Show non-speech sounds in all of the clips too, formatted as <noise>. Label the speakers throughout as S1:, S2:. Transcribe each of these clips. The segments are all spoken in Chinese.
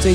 S1: 最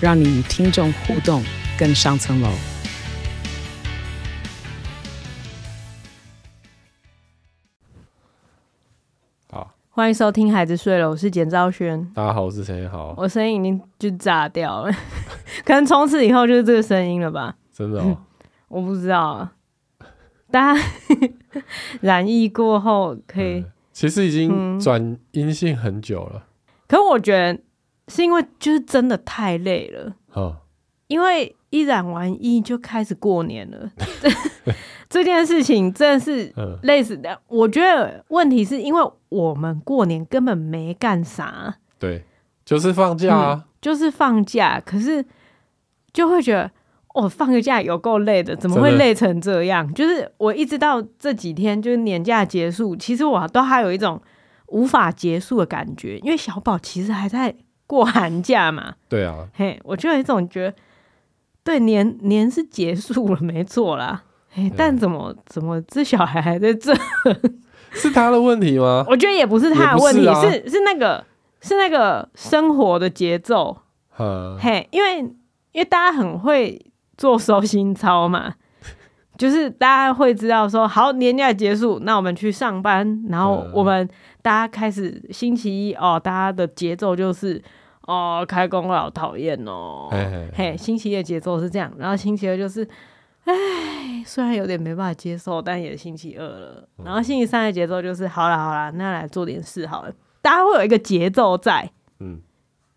S1: 让你与听众互动更上层楼。
S2: 好，
S3: 欢迎收听《孩子睡了》，我是简兆轩，
S2: 大家好，我是陈彦豪，
S3: 我声音已经就炸掉了， <laughs> 可能从此以后就是这个声音了吧？
S2: 真的哦，
S3: 我不知道啊，大家 <laughs> 染疫过后可以，
S2: 嗯其实已经转阴性很久了，
S3: 可我觉得是因为就是真的太累了，
S2: 哈，
S3: 因为一染完疫就开始过年了， <laughs> 这件事情真的是
S2: 嗯，
S3: 累死的。我觉得问题是因为我们过年根本没干啥，
S2: 对，就是放假啊，
S3: 就是放假，可是就会觉得哦，放个假有够累的，怎么会
S2: 真的
S3: 累成这样？就是我一直到这几天，就是年假结束，其实我都还有一种无法结束的感觉，因为小宝其实还在过寒假嘛，
S2: 对啊，
S3: 嘿，我就有一种觉得，对，年年是结束了，没错啦。嘿，但怎么怎么这小孩还在这？ <laughs>
S2: 是他的问题吗？
S3: 我觉得也不是他的问题，
S2: 也不是啊
S3: 是是那个是那个生活的节奏，
S2: 嗯，
S3: 嘿，因为因为大家很会做收心操嘛，就是大家会知道说，好年假结束，那我们去上班，然后
S2: 嗯
S3: 我们大家开始星期一哦，大家的节奏就是哦开工了，好讨厌哦，
S2: 哎，
S3: 嘿，星期一的节奏是这样，然后星期二就是，唉，虽然有点没办法接受，但也星期二了。
S2: 嗯
S3: 然后星期三的节奏就是，好啦好啦，那来做点事好了。大家会有一个节奏在，
S2: 嗯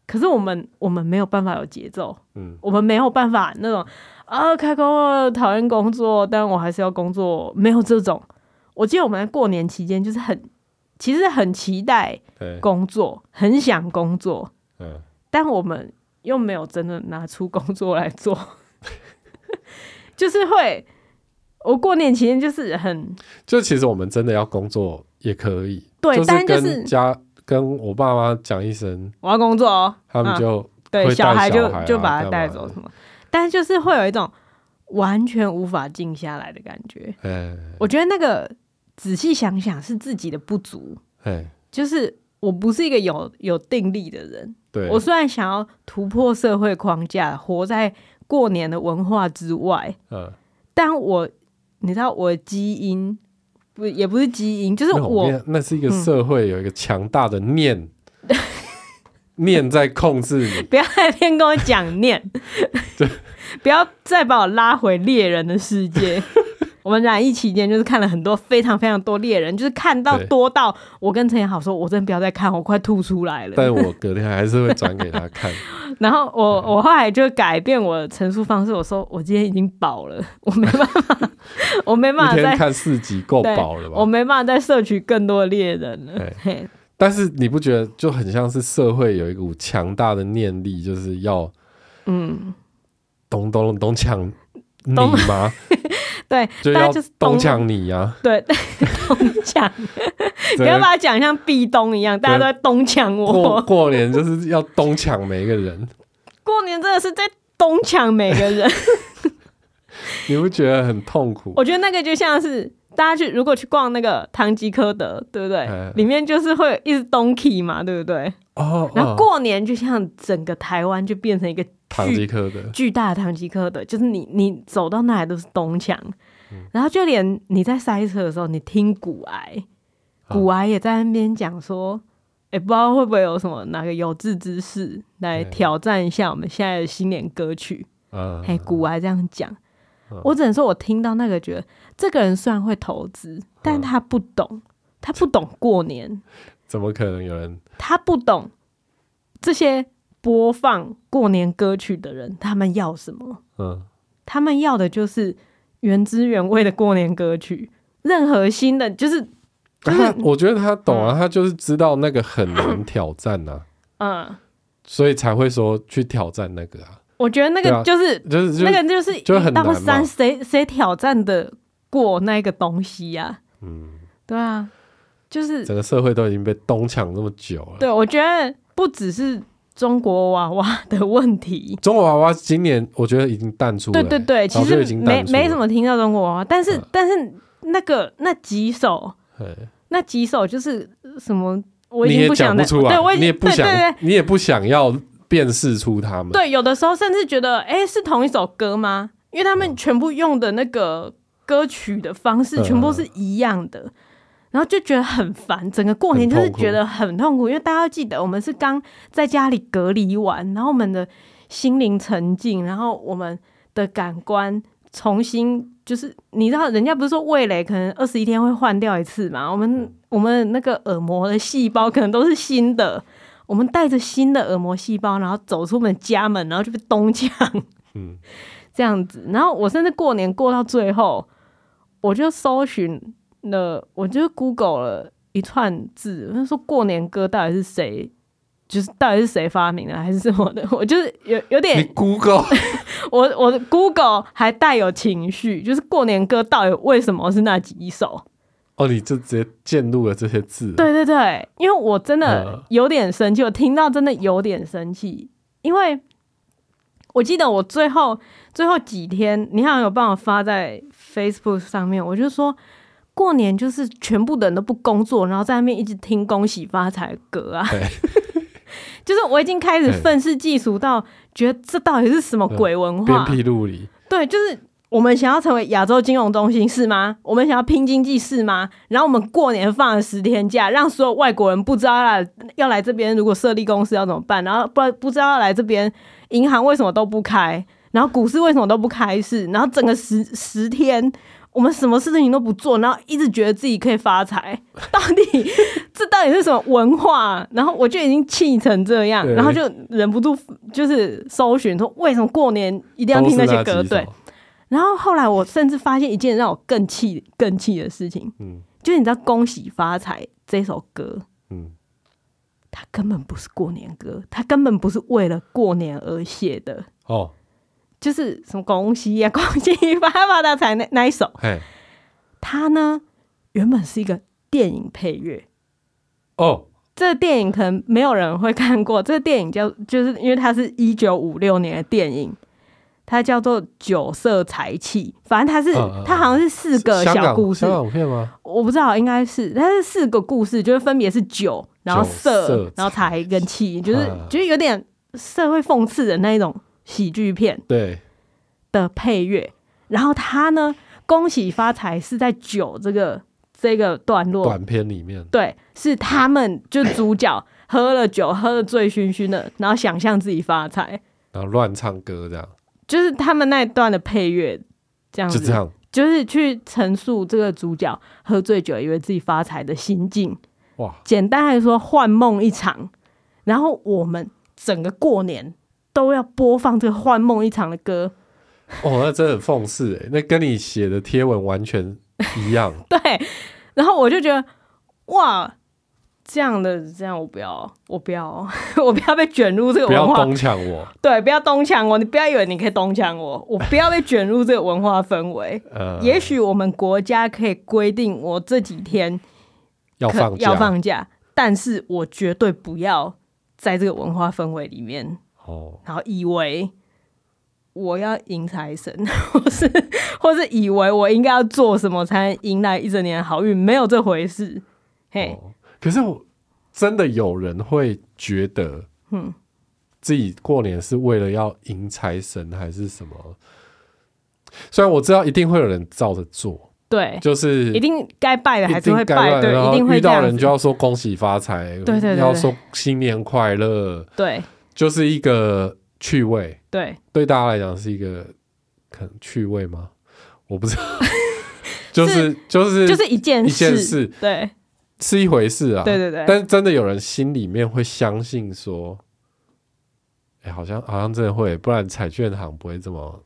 S3: 可是我们我们没有办法有节奏，
S2: 嗯，
S3: 我们没有办法那种啊，开工了，讨厌工作，但我还是要工作，没有这种。我记得我们在过年期间就是很，其实很期待
S2: 对，
S3: 工作，很想工作，
S2: 嗯，
S3: 但我们又没有真的拿出工作来做，就是会，我过年期间就是很
S2: 就其实我们真的要工作也可以，
S3: 对
S2: 就
S3: 但
S2: 是
S3: 是就是
S2: 跟家跟我爸妈讲一声，
S3: 我要工作哦，
S2: 他们
S3: 嗯
S2: 就
S3: 对
S2: 会带
S3: 小孩就
S2: 小孩啊
S3: 就把他带
S2: 干嘛
S3: 走
S2: 的
S3: 什么，但就是会有一种完全无法静下来的感觉。
S2: 哎
S3: 我觉得那个仔细想想是自己的不足，
S2: 哎，
S3: 就是我不是一个有有定力的人，
S2: 对，
S3: 我虽然想要突破社会框架，活在过年的文化之外，
S2: 嗯，
S3: 但我你知道我的基因不也不是基因，就是
S2: 那我
S3: 我
S2: 们那是一个
S3: 嗯
S2: 社会有一个强大的
S3: <laughs>
S2: 念念在控制你，
S3: 不要在那边跟我讲念，
S2: <laughs>
S3: <laughs> 不要再把我拉回猎人的
S2: <laughs>
S3: 世界。我们染疫期间就是看了很多非常非常多猎人，就是看到
S2: 对
S3: 多到我跟陈彦豪说，我真的不要再看，我快吐出来了。
S2: 但我隔天还是会转给他
S3: <laughs>
S2: 看。
S3: 然后我我后来就改变我的陈述方式，我说我今天已经饱了，我没办法，我没办
S2: 一
S3: 法
S2: 天
S3: 再 <laughs>
S2: 看四集够
S3: 对
S2: 饱了
S3: 我
S2: 吧？
S3: 没办法再摄取更多的猎人了
S2: 对。
S3: 嘿
S2: 但是你不觉得就很像是社会有一股强大的念力，就是要
S3: 嗯，
S2: 咚咚咚咚抢你
S3: 咚
S2: 吗？
S3: 对，
S2: 就
S3: <laughs> 大
S2: 要
S3: 家就是
S2: 咚
S3: 抢，
S2: 抢你
S3: <laughs>
S2: 呀、
S3: 对，东抢，不
S2: 对，
S3: 要把它讲像壁咚一样，大家都在东抢
S2: 过
S3: 我。
S2: 过年就是要咚抢每一个人，
S3: 过年真的是在东抢每个 <laughs> 人，
S2: 你不觉得很痛苦？
S3: 我觉得那个就像是。大家去如果去逛那个唐吉诃德，对不对？
S2: 嗯
S3: 里面就是会有一直东 key 嘛，对不对？
S2: 哦，
S3: 然后
S2: 哦
S3: 过年就像整个台湾就变成一个
S2: 唐吉诃德，
S3: 巨大的唐吉诃德，就是你你走到哪里都是东墙，
S2: 嗯
S3: 然后就连你在塞车的时候，你听古癌，
S2: 啊
S3: 古癌也在那边讲说，也、不知道会不会有什么哪个有志之士来
S2: 对
S3: 挑战一下我们现在的新年歌曲，
S2: 嗯，
S3: 哎、古癌这样讲
S2: 嗯，
S3: 我只能说我听到那个觉得，这个人虽然会投
S2: 嗯
S3: 资，但他不懂，他不懂过年，
S2: 怎么可能有人？
S3: 他不懂这些播放过年歌曲的人，他们要什么。
S2: 嗯，
S3: 他们要的就是原汁原味的过年歌曲，任何新的就是就是
S2: 他我觉得他懂啊，他就是知道
S3: <clears throat>
S2: 那个很难挑战呐、
S3: 嗯，
S2: 所以才会说去挑战那个啊。
S3: 我觉得那
S2: 对
S3: 个
S2: 啊
S3: 就是、
S2: 就是就
S3: 那个就是
S2: 就很
S3: 一到
S2: 难嘛
S3: 三，谁谁挑战的过那个东西呀、
S2: 嗯，
S3: 对啊，就是
S2: 整个社会都已经被东抢那么久了。
S3: 对，我觉得不只是中国娃娃的问题。
S2: 中国娃娃今年我觉得已经淡出了、欸
S3: 对对对，
S2: 早
S3: 其
S2: 就
S3: 实
S2: 已经
S3: 没
S2: 淡出了
S3: 没怎么听到中国娃娃，但是、
S2: 嗯
S3: 但是那个那几首
S2: 嘿
S3: 那几首就是什么，我已
S2: 你
S3: 经
S2: 也
S3: 不
S2: 讲
S3: 想
S2: 不
S3: 再
S2: 出来
S3: 对，我已经
S2: 你也不想，
S3: 对对对
S2: 你也不想要辨识出他们。，
S3: 对，有的时候甚至觉得，哎、是同一首歌吗？因为他们全部用的那个歌曲的方式
S2: 嗯
S3: 全部是一样的，然后就觉得很烦。整个过年
S2: 很
S3: 就
S2: 痛
S3: 是
S2: 苦
S3: 觉得很痛苦，因为大家要记得，我们是刚在家里隔离完，然后我们的心灵沉静，然后我们的感官重新。就是你知道，人家不是说味蕾可能二十一天会换掉一次嘛？我们我们那个耳膜的细胞可能都是新的，我们带着新的耳膜细胞，然后走出门家门，然后就被东墙
S2: 嗯，
S3: 这样子。然后我甚至过年过到最后，我就搜寻了，我就 Google 了一串字，我就说过年歌到底是谁，就是到底是谁发明的，还是什么的。 <laughs> 我就是有有
S2: 你
S3: 点，
S2: Google
S3: 我我的 Google 还带有情绪，就是过年歌到底为什么是那几首？
S2: 哦，你就直接键入了这些字。，
S3: 对对对，因为我真的
S2: 嗯
S3: 有点生气，我听到真的有点生气，因为我记得我最后最后几天，你好像有帮我发在 Facebook 上面，我就说过年就是全部的人都不工作，然后在那边一直听恭喜发财歌啊
S2: 对。
S3: <laughs> 就是我已经开始
S2: 对
S3: 愤世嫉俗到觉得这到底是什么
S2: 对
S3: 鬼文
S2: 鞭
S3: 化？
S2: 辟入里。
S3: 对，就是我们想要成为亚洲金融中心是吗？我们想要拼经济是吗？然后我们过年放了十天假，让所有外国人不知道要来要来这边，如果设立公司要怎么办？然后不不知道要来这边，银行为什么都不开？然后股市为什么都不开市？然后整个十十天。我们什么事情都不做，然后一直觉得自己可以发财， <laughs> 到底这到底是什么文化啊、然后我就已经气成这样，
S2: 对
S3: 然后就忍不住就是搜寻说，为什么过年一定要
S2: 都
S3: 听
S2: 是
S3: 那些
S2: 那
S3: 歌？
S2: 几
S3: 对，
S2: 首，
S3: 然后后来我甚至发现一件让我更气、更气的事情，
S2: 嗯
S3: 就是你知道《恭喜发财》这首歌，
S2: 嗯，
S3: 它根本不是过年歌，它根本不是为了过年而写的，
S2: 哦，
S3: 就是什么恭喜呀、恭喜发发大财那那一首，
S2: 嘿，
S3: 它呢原本是一个电影配乐。
S2: 哦，
S3: 这个电影可能没有人会看过，这个电影叫 <laughs> 就是因为它是一九五六年的电影，它叫做《酒色财气》，反正它是、
S2: 嗯嗯嗯
S3: 它好像是四个
S2: 香
S3: 小
S2: 港
S3: 故事
S2: 香，港片吗？
S3: 我不知道，应该是，它是四个故事，就是分别是酒，然后色，
S2: 色
S3: 然后财跟气，就是、
S2: 啊
S3: 就是有点社会讽刺的那一种喜剧片
S2: 对，
S3: 的配乐。然后它呢，恭喜发财是在酒这个这个段落，
S2: 短片里面，
S3: 对，是他们就主角喝了酒，喝的醉醺醺的，然后想象自己发财，
S2: 然后乱唱歌这样，
S3: 就是他们那一段的配乐这样
S2: 就
S3: 子，
S2: 这样，
S3: 就是去陈述这个主角喝醉酒以为自己发财的心境。
S2: 哇，
S3: 简单来说，幻梦一场。然后我们整个过年都要播放这个幻梦一场的歌， <laughs>
S2: 哦，那真的很讽刺哎，那跟你写的贴文完全一
S3: <laughs>
S2: 样。
S3: 对。然后我就觉得，哇，这样的这样我不要，我不要， <laughs> 我不要被卷入这个
S2: 不要
S3: 文化，
S2: 东抢我，
S3: 对，不要东抢我，你不要以为你可以东抢我，我不要被卷入这个文化
S2: <laughs>
S3: 氛围。
S2: 呃，
S3: 也许我们国家可以规定我这几天
S2: 要
S3: 可
S2: 放假，
S3: 要放假，但是我绝对不要在这个文化氛围里面
S2: 哦，
S3: 然后以为我要迎财神， <laughs> 或是或是以为我应该要做什么才能迎来一整年的好运，没有这回事。嘿，
S2: 哦可是我真的有人会觉得，嗯，自己过年是为了要迎财神还是什么？虽然我知道一定会有人照着做，
S3: 对，
S2: 就是
S3: 一定该拜的还是会
S2: 该乱
S3: 拜，
S2: 的
S3: 对，
S2: 然
S3: 一
S2: 后
S3: 定会
S2: 遇
S3: 这
S2: 到
S3: 样
S2: 人就
S3: 子。
S2: 要说恭喜发财，
S3: 对对对
S2: 要
S3: 对
S2: 说新年快乐，
S3: 对
S2: 就是一个趣味，
S3: 对，
S2: 对大家来讲是一个可能趣味吗？我不知道， <laughs> 就是就是
S3: 就是一件
S2: 一
S3: 事，
S2: 件事
S3: 对
S2: 是一回事啊，
S3: 对对呃对，
S2: 但是真的有人心里面会相信说，哎、好像好像真的会，不然彩券行不会这么。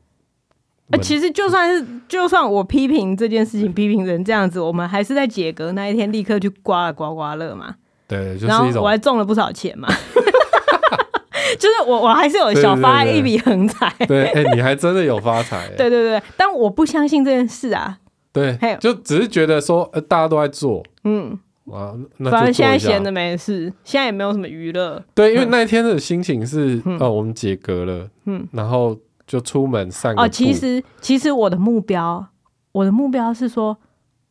S3: 呃其实就算是就算我批评这件事情，批评人这样子，我们还是在解隔那一天立刻去刮了刮刮乐嘛，
S2: 对，就
S3: 然
S2: 是一
S3: 后我
S2: 种
S3: 还中了不少钱嘛。 <laughs> 就是我我还是有小发一笔横财。
S2: 对，哎、你还真的有发财、欸，
S3: 对对对，但我不相信这件事啊。还
S2: 对
S3: 有，
S2: 就只是觉得说，呃，大家都在做，
S3: 嗯，
S2: 啊，那
S3: 反
S2: 就
S3: 正现
S2: 做
S3: 在
S2: 一下
S3: 闲着没事，现在也没有什么娱乐，
S2: 对，因为那一天的心情是，呃，我们解隔了，
S3: 嗯，
S2: 然后就出门散个
S3: 哦，
S2: 步。
S3: 其实其实我的目标，我的目标是说，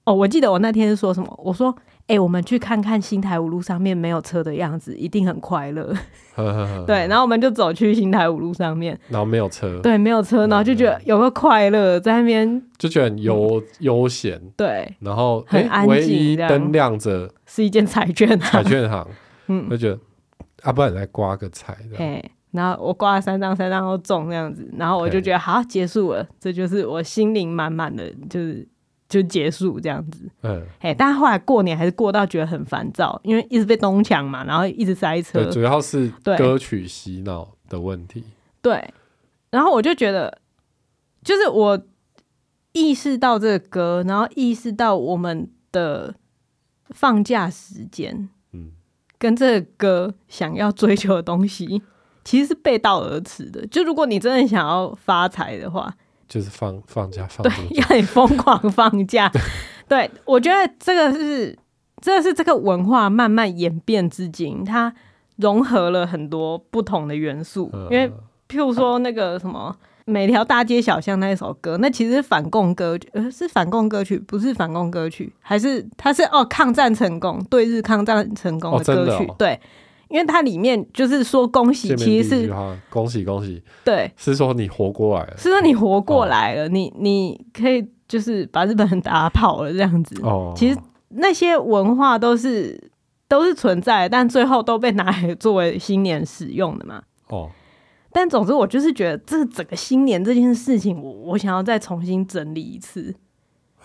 S3: 哦，我记得我那天是说什么？我说，哎、我们去看看新台五路上面没有车的样子，一定很快乐。
S2: 呵呵呵，
S3: 对，然后我们就走去新台五路上面，
S2: 然后没有车，
S3: 对，没有
S2: 嗯
S3: 车，然后就觉得有个快乐在那边，
S2: 就觉得很悠悠闲，
S3: 对，
S2: 然后
S3: 嗯很
S2: 哎
S3: 安静
S2: 唯一
S3: 这样
S2: 灯亮着
S3: 是一件彩券啊
S2: 彩
S3: 行。
S2: 券行，
S3: <laughs> 嗯
S2: 就觉得啊，不然来刮个彩这样，
S3: 哎，然后我刮了三张，三张都中那样子，然后我就
S2: 嘿
S3: 觉得好，结束了，这就是我心灵满满的，就是就结束这样子。
S2: 嗯，
S3: 哎，但后来过年还是过到觉得很烦躁，因为一直被东墙嘛，然后一直塞车
S2: 对，，主要是
S3: 对
S2: 歌曲洗脑的问题，
S3: 对。然后我就觉得，就是我意识到这个歌，然后意识到我们的放假时间
S2: 嗯，
S3: 跟这个歌想要追求的东西，其实是背道而驰的。就如果你真的想要发财的话，
S2: 就是放放假放
S3: 对
S2: 这么，久
S3: 要你疯狂放假。对，我觉得这个是，这是这个文化慢慢演变至今，它融合了很多不同的元素。
S2: 嗯
S3: 因为譬如说那个什么《每条大街小巷》那一首歌，那其实是反共歌曲，呃，是反共歌曲，不是反共歌曲，还是它是哦抗战成功，对日抗战成功
S2: 哦真的
S3: 歌曲，
S2: 哦
S3: 对。因为它里面就是说恭
S2: <laughs>
S3: 喜，
S2: 见面
S3: 其实
S2: 第一句
S3: 是
S2: 话，恭喜恭喜，
S3: 对，
S2: 是说你活过来了，
S3: 是说你活过来
S2: 哦
S3: 了，你你可以就是把日本人打跑了这样子。
S2: 哦，
S3: 其实那些文化都是都是存在的，但最后都被拿来作为新年使用的嘛。
S2: 哦，
S3: 但总之，我就是觉得这整个新年这件事情，我我想要再重新整理一次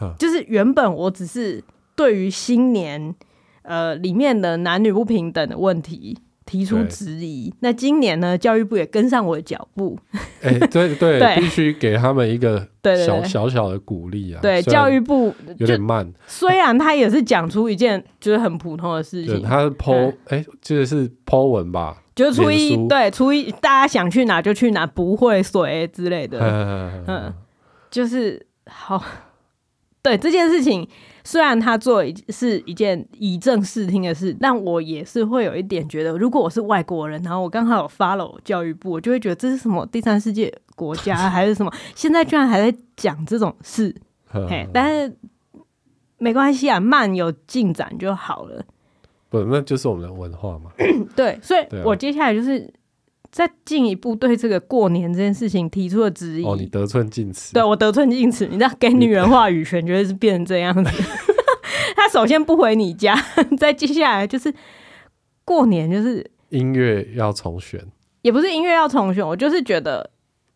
S2: 嗯。
S3: 就是原本我只是对于新年呃里面的男女不平等的问题提出
S2: 对
S3: 质疑，那今年呢，教育部也跟上我的脚步，
S2: 哎，
S3: <laughs>
S2: 对
S3: 对
S2: 对，必须给他们一个
S3: 对对
S2: 小
S3: 对
S2: 小小的鼓励啊，
S3: 对
S2: 虽然
S3: 教育部
S2: 有点慢，
S3: 虽然他也是讲出一件就是嗯很普通的事
S2: 对，
S3: 情，
S2: 他是 Po 哎，就是是 Po 文吧，
S3: 就是初一
S2: 脸书
S3: 对初一大家想去哪就去哪，不会水之
S2: <laughs>
S3: 类的，
S2: 嗯
S3: 嗯，就是好。 <laughs> 对这件事情，虽然他做一是一件以正视听的事，但我也是会有一点觉得，如果我是外国人，然后我刚好有 follow 教育部，我就会觉得这是什么第三世界国家还是什么，现在居然还在讲这种事，嘿，
S2: 嗯，
S3: 但是没关系啊，慢有进展就好了。
S2: 不，那就是我们的文化嘛，
S3: 对，所以
S2: 对啊
S3: 我接下来就是再进一步对这个过年这件事情提出了质疑。
S2: 哦，你得寸进尺，
S3: 对我得寸进尺，你知道给女人话语权，绝对是变成这样子。他首先不回你家， <laughs> 再接下来就是过年，就是
S2: 音乐要重选，
S3: 也不是音乐要重选，我就是觉得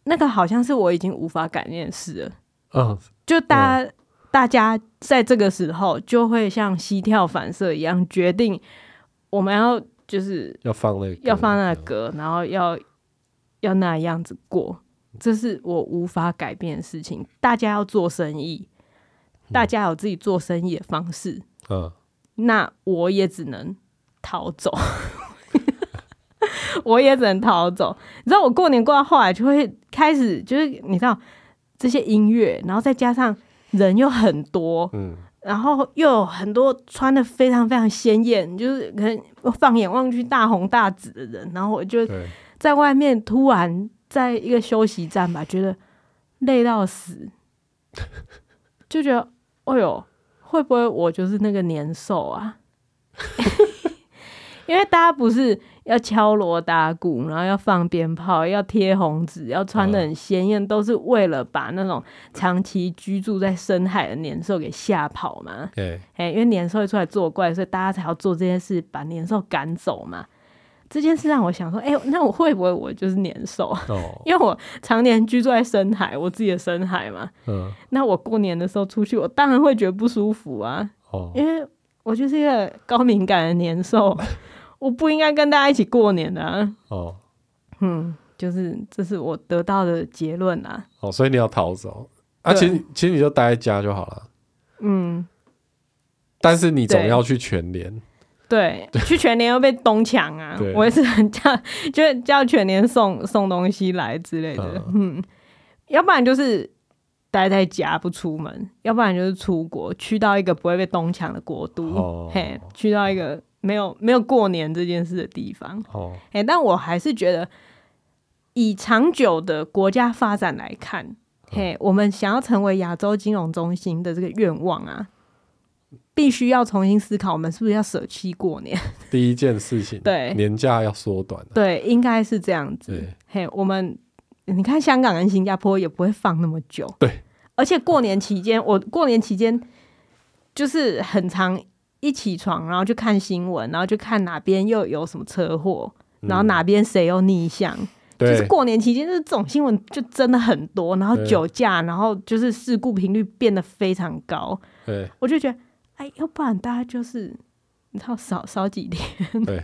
S3: 那个好像是我已经无法改变的事了。
S2: 嗯，
S3: 就大家、大家在这个时候就会像膝跳反射一样，决定我们要就是
S2: 要放那个，
S3: 要放那歌，然后要要那样子过，这是我无法改变的事情。大家要做生意，大家有自己做生意的方式，
S2: 嗯，
S3: 那我也只能逃走， <laughs> 我也只能逃走。你知道，我过年过到后来就会开始，就是你知道这些音乐，然后再加上人又很多，
S2: 嗯
S3: 然后又有很多穿的非常非常鲜艳，就是可能放眼望去大红大紫的人，然后我就
S2: 嗯，对，
S3: 在外面突然在一个休息站吧，觉得累到死，就觉得，哎呦，会不会我就是那个年兽啊？因为大家不是要敲锣打鼓，然后要放鞭炮，要贴红纸，要穿的很鲜艳，都是为了把那种长期居住在深海的年兽给吓跑嘛。
S2: 哎，
S3: 哎、因为年兽会出来作怪，所以大家才要做这件事，把年兽赶走嘛。这件事让我想说，哎、那我会不会我就是年兽 <laughs> 啊？
S2: 哦，
S3: 因为我常年居住在深海，我自己的深海嘛。
S2: 嗯，
S3: 那我过年的时候出去，我当然会觉得不舒服啊，
S2: 哦，
S3: 因为我就是一个高敏感的年兽，我不应该跟大家一起过年的、啊。
S2: 哦，
S3: 嗯，就是这是我得到的结论啊。
S2: 哦，所以你要逃走啊？
S3: 对
S2: 其实其实你就待在家就好了，
S3: 嗯，
S2: 但是你总
S3: 对
S2: 要去全联，
S3: <laughs> 对，去全年又被东抢啊
S2: 对！
S3: 我也是很叫， <laughs> 就是叫全年送送东西来之类的。嗯，要不然就是待在家不出门，要不然就是出国，去到一个不会被东抢的国度，
S2: 哦
S3: 嘿，去到一个没有没有过年这件事的地方。
S2: 哦，
S3: 哎、但我还是觉得，以长久的国家发展来看，嘿，我们想要成为亚洲金融中心的这个愿望啊，必须要重新思考，我们是不是要舍弃过年？
S2: 第一件事情，
S3: 对
S2: 年假要缩短，
S3: 对，应该是这样子
S2: 对。
S3: 嘿，我们你看香港跟新加坡也不会放那么久，
S2: 对，
S3: 而且过年期间，我过年期间就是很长一起床，然后就看新闻，然后就看哪边又有什么车祸，然后哪边谁又逆向。就是
S2: 嗯对，
S3: 过年期间，就是这种新闻就真的很多，然后
S2: 对
S3: 酒驾，然后就是事故频率变得非常高，
S2: 对，
S3: 我就觉得，哎，要不然大家就是你知道少少几天。
S2: 对，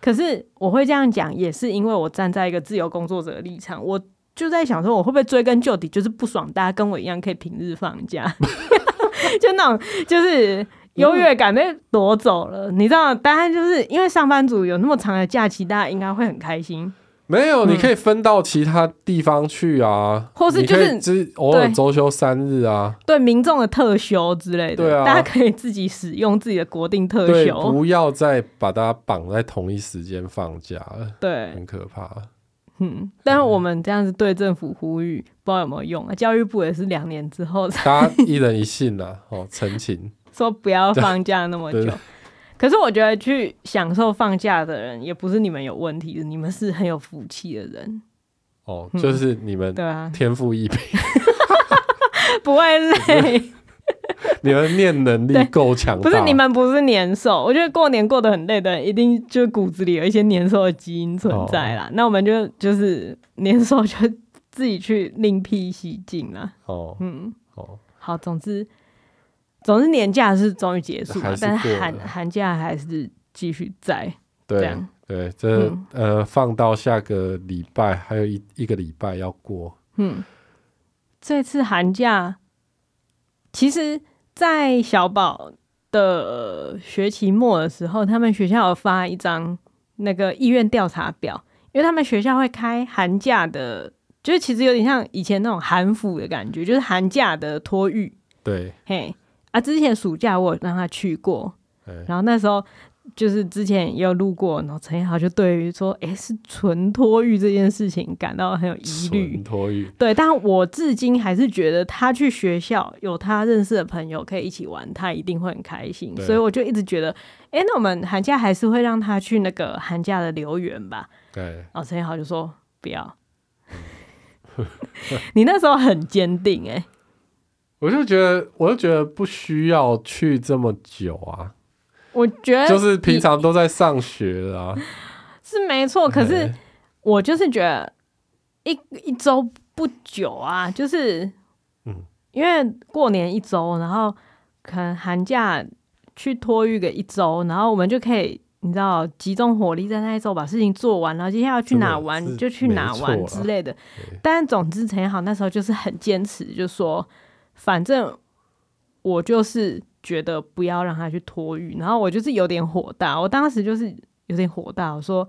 S3: 可是我会这样讲，也是因为我站在一个自由工作者的立场，我就在想说，我会不会追根究底，就是不爽大家跟我一样可以平日放假， <laughs> 就那种就是。优越感被夺走了，你知道？大家就是因为上班族有那么长的假期，大家应该会很开心。
S2: 没有，你可以分到其他地方去啊，
S3: 或是
S2: 你可以
S3: 就是
S2: 只偶尔
S3: 对
S2: 周休三日啊，
S3: 对民众的特休之类的，
S2: 对啊
S3: 大家可以自己使用自己的国定特
S2: 对，
S3: 休。
S2: 不要再把它绑在同一时间放假了，
S3: 对，
S2: 很可怕。
S3: 嗯，但是我们这样子对政府呼吁，不知道有没有用啊？教育部也是两年之后才
S2: 大家一人一信呐、 <laughs> 哦，陈情，
S3: 说不要放假那么
S2: 对
S3: 久。可是我觉得去享受放假的人，也不是你们有问题，你们是很有福气的
S2: <laughs>
S3: 人，
S2: 哦，就是你们
S3: 对啊，
S2: 天赋异禀， <laughs>
S3: 不会累。
S2: 你们念能力够强大，
S3: 不是你们不是年兽，我觉得过年过得很累的人，一定就是骨子里有一些年兽的基因存在
S2: 哦
S3: 啦。那我们就就是年兽就自己去另辟蹊径啦。
S2: 哦，嗯，哦，
S3: 好，总之总之年假是终于结束
S2: 还
S3: 了，
S2: 是
S3: 但
S2: 过
S3: 是
S2: 了
S3: 寒寒假还是继续在。这
S2: 对
S3: 样
S2: 对，这、
S3: 嗯
S2: 呃，放到下个礼拜还有一一个礼拜要过，
S3: 嗯，这次寒假，其实，在小宝的学期末的时候，他们学校有发一张那个意愿调查表，因为他们学校会开寒假的，就是其实有点像以前那种寒辅的感觉，就是寒假的托育。
S2: 对，
S3: 嘿，啊，之前暑假我有让他去过，
S2: 哎
S3: 然后那时候就是之前也有路过，然后陈彦豪就对于说，诶，是纯托育这件事情感到很有疑虑
S2: 纯。托育，
S3: 对，但我至今还是觉得他去学校有他认识的朋友可以一起玩，他一定会很开心。
S2: 对
S3: 所以我就一直觉得，哎、那我们寒假还是会让他去那个寒假的留园吧。
S2: 对，
S3: 然后陈彦豪就说
S2: <laughs>
S3: 不要。你那时候很坚定哎、
S2: 我就觉得，我就觉得不需要去这么久啊，
S3: 我觉得
S2: 就是平常都在上学了啊，
S3: 是没错，可是
S2: 哎
S3: 我就是觉得一一周不久啊，就是
S2: 嗯
S3: 因为过年一周，然后可能寒假去托育个一周，然后我们就可以。你知道，集中火力在那一周把事情做完，然后接下来要去哪玩
S2: 真的是
S3: 就去哪玩
S2: 没错啊
S3: 之类的
S2: 对。
S3: 但总之，陈彦豪那时候就是很坚持，就说反正我就是觉得不要让他去托育，然后我就是有点火大，我当时就是有点火大，我说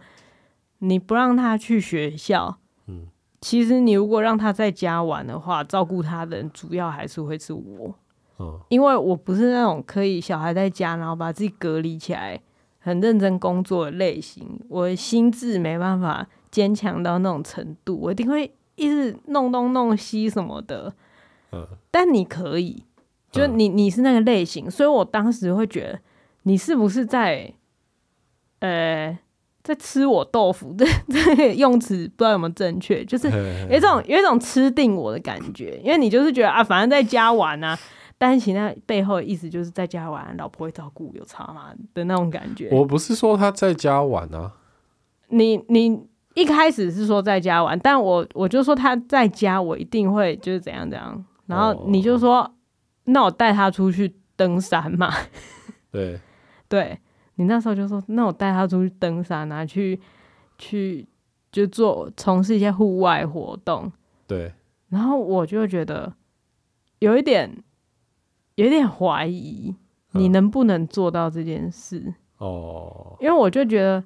S3: 你不让他去学校，
S2: 嗯
S3: 其实你如果让他在家玩的话，照顾他的人主要还是会是我， <laughs>
S2: 嗯，
S3: 因为我不是那种可以小孩在家然后把自己隔离起来很认真工作的类型，我的心智没办法坚强到那种程度，我一定会一直弄东弄西什么的。
S2: 嗯
S3: 但你可以，就
S2: 嗯
S3: 你你是那个类型，所以我当时会觉得你是不是在，呃，在吃我豆腐？这 <laughs> 这个用词不知道有没有正确，就是
S2: 嘿
S3: 有一种有一种吃定我的感觉，因为你就是觉得啊，反正在家玩啊，但是其实那背后的意思就是在家玩，老婆会照顾，有差吗的那种感觉。
S2: 我不是说他在家玩啊，
S3: 你你一开始是说在家玩，但我我就说他在家，我一定会就是怎样怎样，然后你就说、那我带他出去登山嘛， <laughs>
S2: 对，
S3: 对你那时候就说那我带他出去登山啊，去去就做从事一些户外活动，
S2: 对，
S3: 然后我就觉得有一点有一点怀疑，你能不能做到这件事？
S2: 哦，
S3: 因为我就觉得，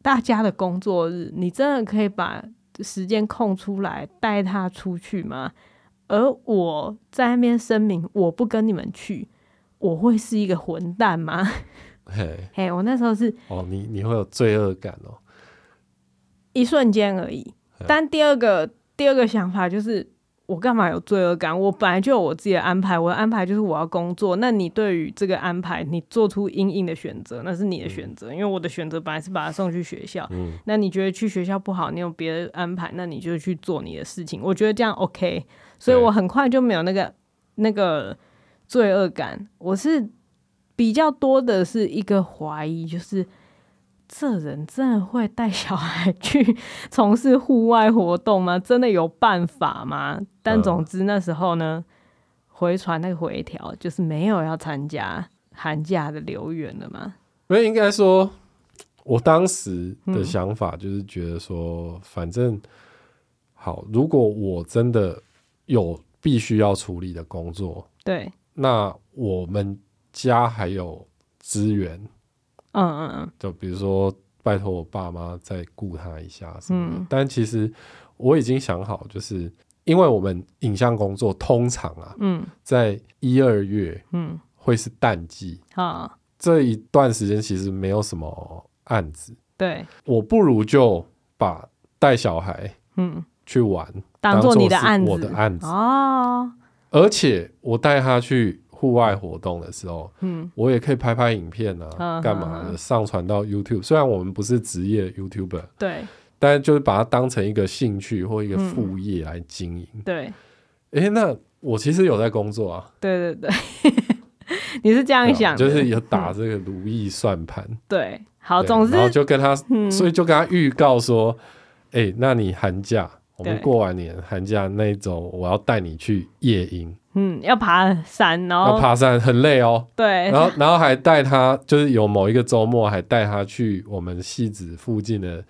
S3: 大家的工作日，你真的可以把时间空出来带他出去吗？而我在那边声明，我不跟你们去，我会是一个混蛋吗？
S2: 嘿，
S3: 嘿，我那时候是
S2: 哦，你你会有罪恶感哦，
S3: 一瞬间而已
S2: 嗯。
S3: 但第二个第二个想法就是，我干嘛有罪恶感？我本来就有我自己的安排，我的安排就是我要工作。那你对于这个安排，你做出应应的选择，那是你的选择。因为我的选择本来是把他送去学校，
S2: 嗯
S3: 那你觉得去学校不好，你有别的安排，那你就去做你的事情。我觉得这样 OK，所以
S2: 对
S3: 我很快就没有那个那个罪恶感。我是比较多的是一个怀疑，就是这人真的会带小孩去从事户外活动吗？真的有办法吗？但
S2: 嗯
S3: 总之那时候呢，回传那个回条就是没有要参加寒假的留园了嘛。
S2: 因为应该说，我当时的想法就是觉得说，反正好，如果我真的有必须要处理的工作，
S3: 对，
S2: 那我们家还有资源，
S3: 嗯嗯嗯，
S2: 就比如说拜托我爸妈再顾他一下什么的。
S3: 嗯
S2: 但其实我已经想好，就是因为我们影像工作通常啊，
S3: 嗯
S2: 在一二月
S3: 嗯，
S2: 会是淡季，
S3: 好，
S2: 这一段时间其实没有什么案子，
S3: 对，
S2: 我不如就把带小孩
S3: 嗯，
S2: 去玩
S3: 当做
S2: 作
S3: 你的
S2: 是
S3: 案子，
S2: 我的案子，
S3: 哦，
S2: 而且我带他去户外活动的时候，
S3: 嗯，
S2: 我也可以拍拍影片啊，
S3: 嗯
S2: 干嘛
S3: 嗯
S2: 的，上传到 YouTube。虽然我们不是职业 YouTuber，
S3: 对
S2: 但是就是把它当成一个兴趣或一
S3: 嗯
S2: 个副业来经营。
S3: 对
S2: 诶，那我其实有在工作啊，
S3: 对对对， <laughs> 你是这样
S2: 对啊
S3: 想的，
S2: 就是有打这个如意算盘。
S3: 对，好，
S2: 对
S3: 总
S2: 然后
S3: 之，
S2: 就跟他，
S3: 嗯
S2: 所以就跟他预告说，诶，那你寒假。我们
S3: 对
S2: 过完年寒假那一周，我要带你去夜营，
S3: 嗯，要爬山，然
S2: 要
S3: 后
S2: 爬山，很累哦。
S3: 对，
S2: 然后，然后还带他，就是有某一个周末还带他去我们戏子附近的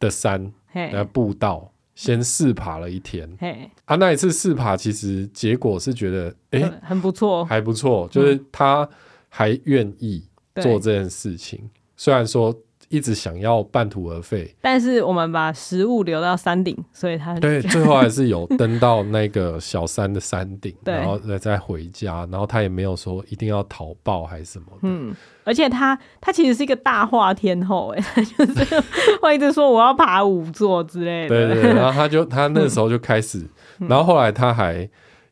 S2: 的山，来
S3: 嘿
S2: 步道，先试爬了一天。
S3: 嘿，
S2: 啊，那一次试爬，其实结果是觉得，
S3: 对
S2: 哎，
S3: 很不错，
S2: 还不错，就是他还愿意
S3: 嗯对
S2: 做这件事情，虽然说一直想要半途而废，
S3: 但是我们把食物留到山顶，所以它
S2: 对，最后还是有登到那个小山的山顶，
S3: <laughs> 对
S2: 然后再再回家，然后他也没有说一定要逃报还是什么的，
S3: 嗯，而且他他其实是一个大话天后，哎， <laughs> 他就是会一直说我要爬五座之类
S2: 对
S3: 的，
S2: 对，对然后他就他那时候就开始，
S3: 嗯
S2: 然后后来他还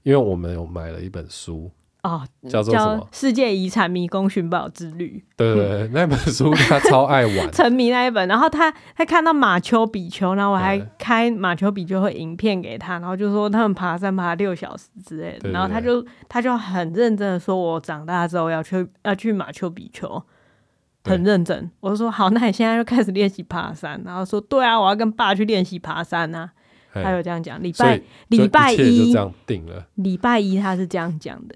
S2: 因为我们有买了一本书，
S3: 哦，
S2: 叫做什
S3: 叫嗯
S2: 么
S3: 《世界遗产迷宫寻宝之旅》。，
S2: 对对对，那本书他超爱玩
S3: <laughs> 沉迷那一本，然后他他看到马丘比丘，然后我还
S2: 对
S3: 开马丘比丘的影片给他，然后就说他们爬山爬六小时之类的，
S2: 对对
S3: 然后他就他就很认真的说，我长大之后要去要去马丘比丘，
S2: 对
S3: 很认真。我就说好，那你现在就开始练习爬山，然后说对啊，我要跟爸去练习爬山啊，
S2: 嘿
S3: 他有这样讲。礼
S2: 所
S3: 拜
S2: 以就
S3: 礼拜
S2: 一切就
S3: 一
S2: 这样定了，
S3: 礼拜一他是这样讲的，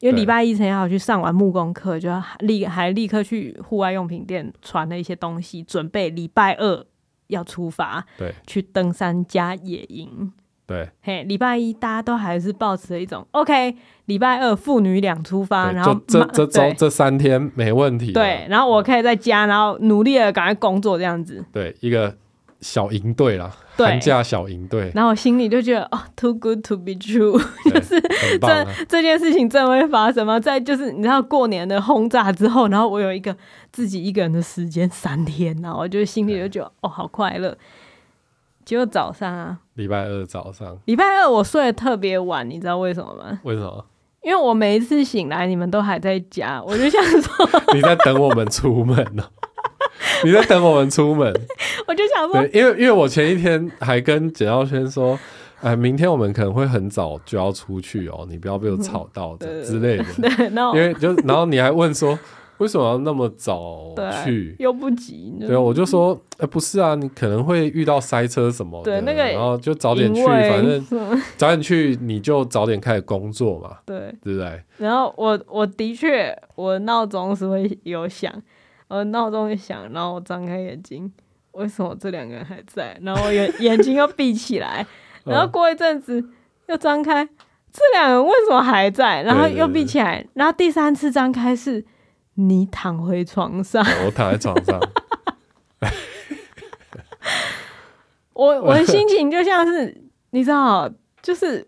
S3: 因为
S2: 对
S3: 礼拜一陈耀去上完木工课，就要立还立刻去户外用品店传了一些东西，准备礼拜二要出发
S2: 对
S3: 去登山加野营。
S2: 对
S3: 嘿，礼拜一大家都还是保持了一种 OK，礼拜二父女俩出发，
S2: 对，
S3: 啊然后
S2: 就这
S3: 妈
S2: 这周啊
S3: 对
S2: 这三天没问题了，
S3: 对，然后我可以在家，然后努力的赶快工作这样子。
S2: 对一个小营队啦，
S3: 对
S2: 寒假小营队，
S3: 然后我心里就觉得哦，too good to be true。
S2: 就是很棒啊，
S3: 这这件事情真的会发生吗？啊在就是你知道过年的轰炸之后，然后我有一个自己一个人的时间三天，然后我就心里就觉得哦，好快乐。结果早上啊，
S2: 礼拜二早上
S3: 礼拜二我睡得特别晚，你知道为什么吗？
S2: 为什么
S3: 因为我每一次醒来，你们都还在家，我就想
S2: <laughs>
S3: 说，
S2: 你在等我们出门呢？你在等我们出
S3: <laughs>
S2: 门？
S3: 我就想说
S2: 对，，因为因为我前一天还跟简耀轩说，哎，明天我们可能会很早就要出去哦，你不要被我吵到的
S3: 对
S2: 之类的。
S3: 嗯呃对，哦然后
S2: 因为就然后你还问说，为什么要那么早
S3: 对
S2: 去？
S3: 又不急，
S2: 对，我就说，哎，不是啊，你可能会遇到塞车什么的，
S3: 对那个
S2: 然后就早点去，
S3: 因为
S2: 反
S3: <laughs>
S2: 正早点去你就早点开始工作嘛，
S3: 对。
S2: 对不对？
S3: 然后我我的确，我闹钟是会有响，我闹钟一响，然后我张开眼睛，为什么这两个人
S2: 嗯
S3: 还在？然后我眼眼睛又闭起来，然后过一阵子又张开，这两个为什么还在？然后
S2: 对对
S3: 又闭起来，然后第三次张开是你躺回床上。
S2: 我躺在床
S3: <laughs>
S2: 上，
S3: 我我的心情就像是你知道，就是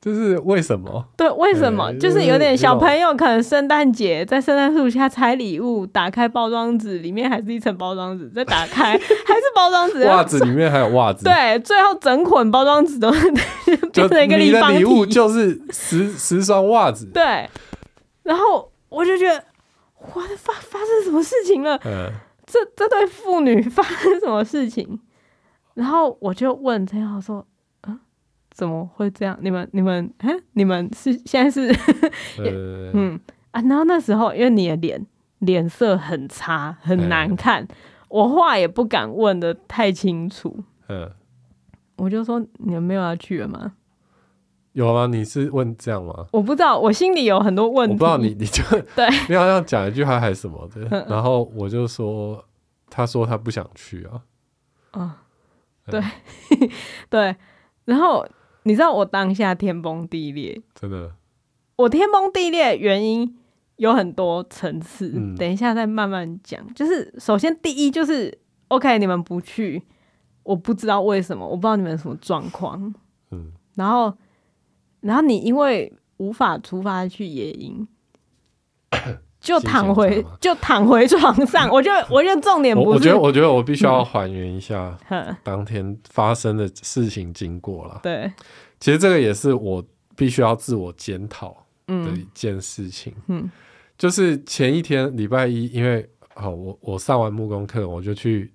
S2: 就是为什么？
S3: <laughs> 对，为什么？
S2: 对
S3: 就是有点小
S2: 就是
S3: 朋友可能圣诞节在圣诞树下拆礼物，打开包装纸，里面还是一层包装纸，再打开 <laughs> 还是包装纸，啊
S2: 袜子里面还有袜子，，
S3: 对，最后整捆包装纸都 <laughs> 变成一个
S2: 你
S3: 立
S2: 的
S3: 方
S2: 礼物
S3: 体，
S2: 就是十十双袜子，
S3: 对。然后我就觉得，我的发发生什么事情了？
S2: 嗯，
S3: 这这对父女 <laughs> 发生什么事情？然后我就问陈浩说：“嗯，怎么会这样？你们你们哎，你们是现在是
S2: 呃，
S3: 嗯啊？”然后那时候因为你的脸脸色很差，很难看，我话也不敢问的太清楚，
S2: 嗯，
S3: 我就说：“你们没有要去了吗
S2: 有吗？你是问这样吗？？”
S3: 我不知道，我心里有很多
S2: 我
S3: 问题。
S2: 不知道你，你就
S3: <laughs> 对嗯
S2: 你好像讲一句话还是什么的，然后我就说，他说他不想去啊，
S3: 对，然后你知道我当下天崩地裂，
S2: 真的，
S3: 我天崩地裂的原因有很多层次，
S2: 嗯
S3: 等一下再慢慢讲。就是首先第一就是 OK，你们不去，我不知道为什么，我不知道你们什么状况。
S2: 嗯，
S3: 然后，然后你因为无法出发去
S2: <coughs>
S3: 野营。就躺
S2: 心
S3: 回
S2: 情差吗
S3: 就躺回床上，我就我觉得重点
S2: 我
S3: 不
S2: 我
S3: 是，嗯
S2: 觉得我觉得我必须要还原一下
S3: 哼
S2: 当天发生的事情经过啦。
S3: 对，
S2: 其实这个也是我必须要自我检讨的
S3: 嗯
S2: 一件事情。
S3: 嗯
S2: 就是前一天礼拜一，因为好，我我上完木工课，我就去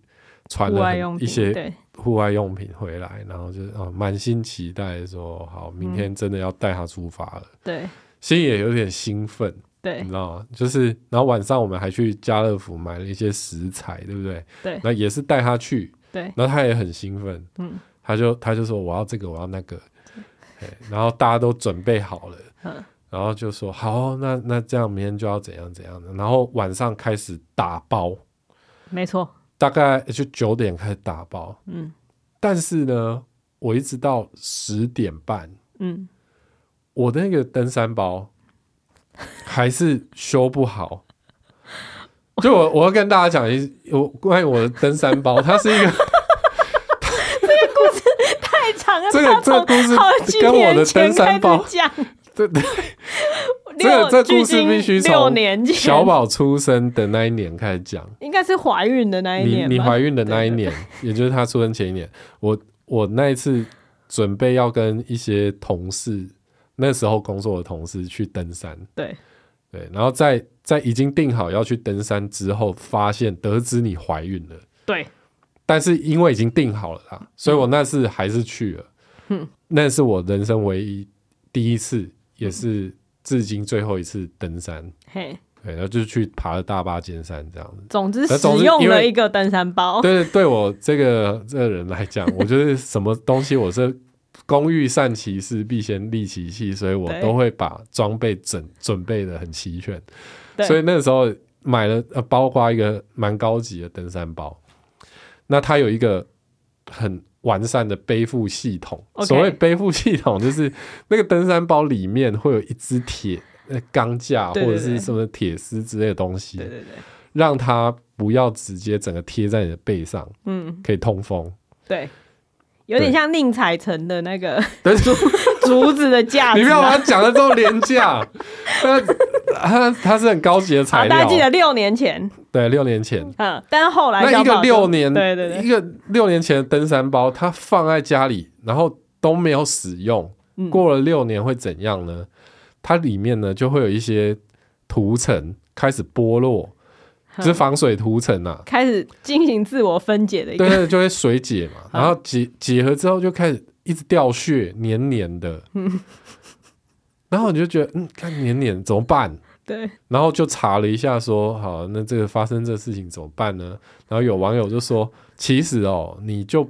S2: 传
S3: 户
S2: 了
S3: 外
S2: 很
S3: 用
S2: 一
S3: 品
S2: 些
S3: 对，
S2: 户外用品回来，然后就是哦，满心期待地说好，明
S3: 嗯
S2: 天真的要带他出发了，
S3: 对
S2: 心里也有点兴奋，你
S3: 对
S2: 知道吗？就是然后晚上我们还去家乐福买了一些食材，对不对？
S3: 对
S2: 那也是带他去，
S3: 对，
S2: 然后他也很兴奋，
S3: 嗯，
S2: 他就他就说我要这个，我要那个，嘿然后大家都准备好了，
S3: 嗯
S2: 然后就说好，那那这样明天就要怎样怎样的，然后晚上开始打包，
S3: 没错，
S2: 大概就九点开始打包，
S3: 嗯
S2: 但是呢，我一直到十点半，
S3: 嗯，
S2: 我的那个登山
S3: <laughs>
S2: 包还是修不好。就我，我要跟大家讲一，我关于我的登山
S3: <laughs>
S2: 包，它是一个
S3: 太长了，
S2: 这个
S3: 他
S2: 这个
S3: 从
S2: 故事
S3: 好几
S2: 跟我
S3: 年
S2: 的
S3: 前
S2: 登山包
S3: 开始讲，
S2: 这 <laughs> 这
S3: 六
S2: 个这故事
S3: 距今
S2: 必须
S3: 六
S2: 从
S3: 年前，
S2: 小宝出生的那一年开始讲。
S3: <laughs> 应该是怀孕的那一
S2: 你
S3: 年
S2: 你
S3: 吧
S2: 怀孕的那一
S3: 对
S2: 年，也就是他出生前一年，我我那一次准备要跟一些同事，那时候工作的同事去登山，
S3: 对
S2: 对，然后在在已经定好要去登山之后，发现得知你怀孕了，
S3: 对
S2: 但是因为已经定好了啦，所以我那次还是去了，
S3: 嗯，
S2: 那是我人生唯一第一次，也是至今最后一次登
S3: 嗯
S2: 山，
S3: 嘿，
S2: 对，然后就是去爬了大巴尖山这样子。
S3: 总之
S2: 呃
S3: 使
S2: 总之
S3: 用
S2: 因
S3: 了
S2: 为
S3: 一个登山包，
S2: 对，对我这个 <laughs> 这个人来讲，我就是什么东西我是工欲善其事，必先利其器，所以我
S3: 对
S2: 都会把装备准准备的很齐全。
S3: 对
S2: 所以那时候买了，呃，包括一个蛮高级的登山包，那它有一个很完善的背负系统。
S3: OK
S2: 所谓背负系统，就是那个登山包里面会有一只铁。呃钢架或
S3: 对对
S2: 者是
S3: 对
S2: 什么铁丝之类的东西，
S3: 对对对，
S2: 让它不要直接整个贴在你的背上，
S3: 嗯
S2: 可以通风。
S3: 对，有点像宁采臣的那个 <laughs>
S2: 但是
S3: 竹子的架子啊，
S2: 你不要把它讲的这么廉价， <laughs> 它它它是很高级的材
S3: 好，大家记得
S2: 料，
S3: 六年前，
S2: 对，六年前。
S3: 嗯，但是后来
S2: 啊那
S3: 小
S2: 一个
S3: 宝就
S2: 六年，
S3: 对对对
S2: 一个六年前的登山包，它放在家里，然后都没有使用，
S3: 嗯
S2: 过了六年会怎样呢？它里面呢就会有一些涂层开始剥落，就是防水涂层啊，
S3: 开始进行自我分解的一
S2: 对
S3: 个，
S2: 对，就会水解
S3: <laughs>
S2: 嘛，
S3: 嗯
S2: 然后解解合之后就开始一直掉屑，黏黏的，
S3: 嗯
S2: 然后你就觉得嗯，看黏黏怎么办？
S3: 对
S2: 然后就查了一下说，好，那这个发生这事情怎么办呢？然后有网友就说，其实哦，你就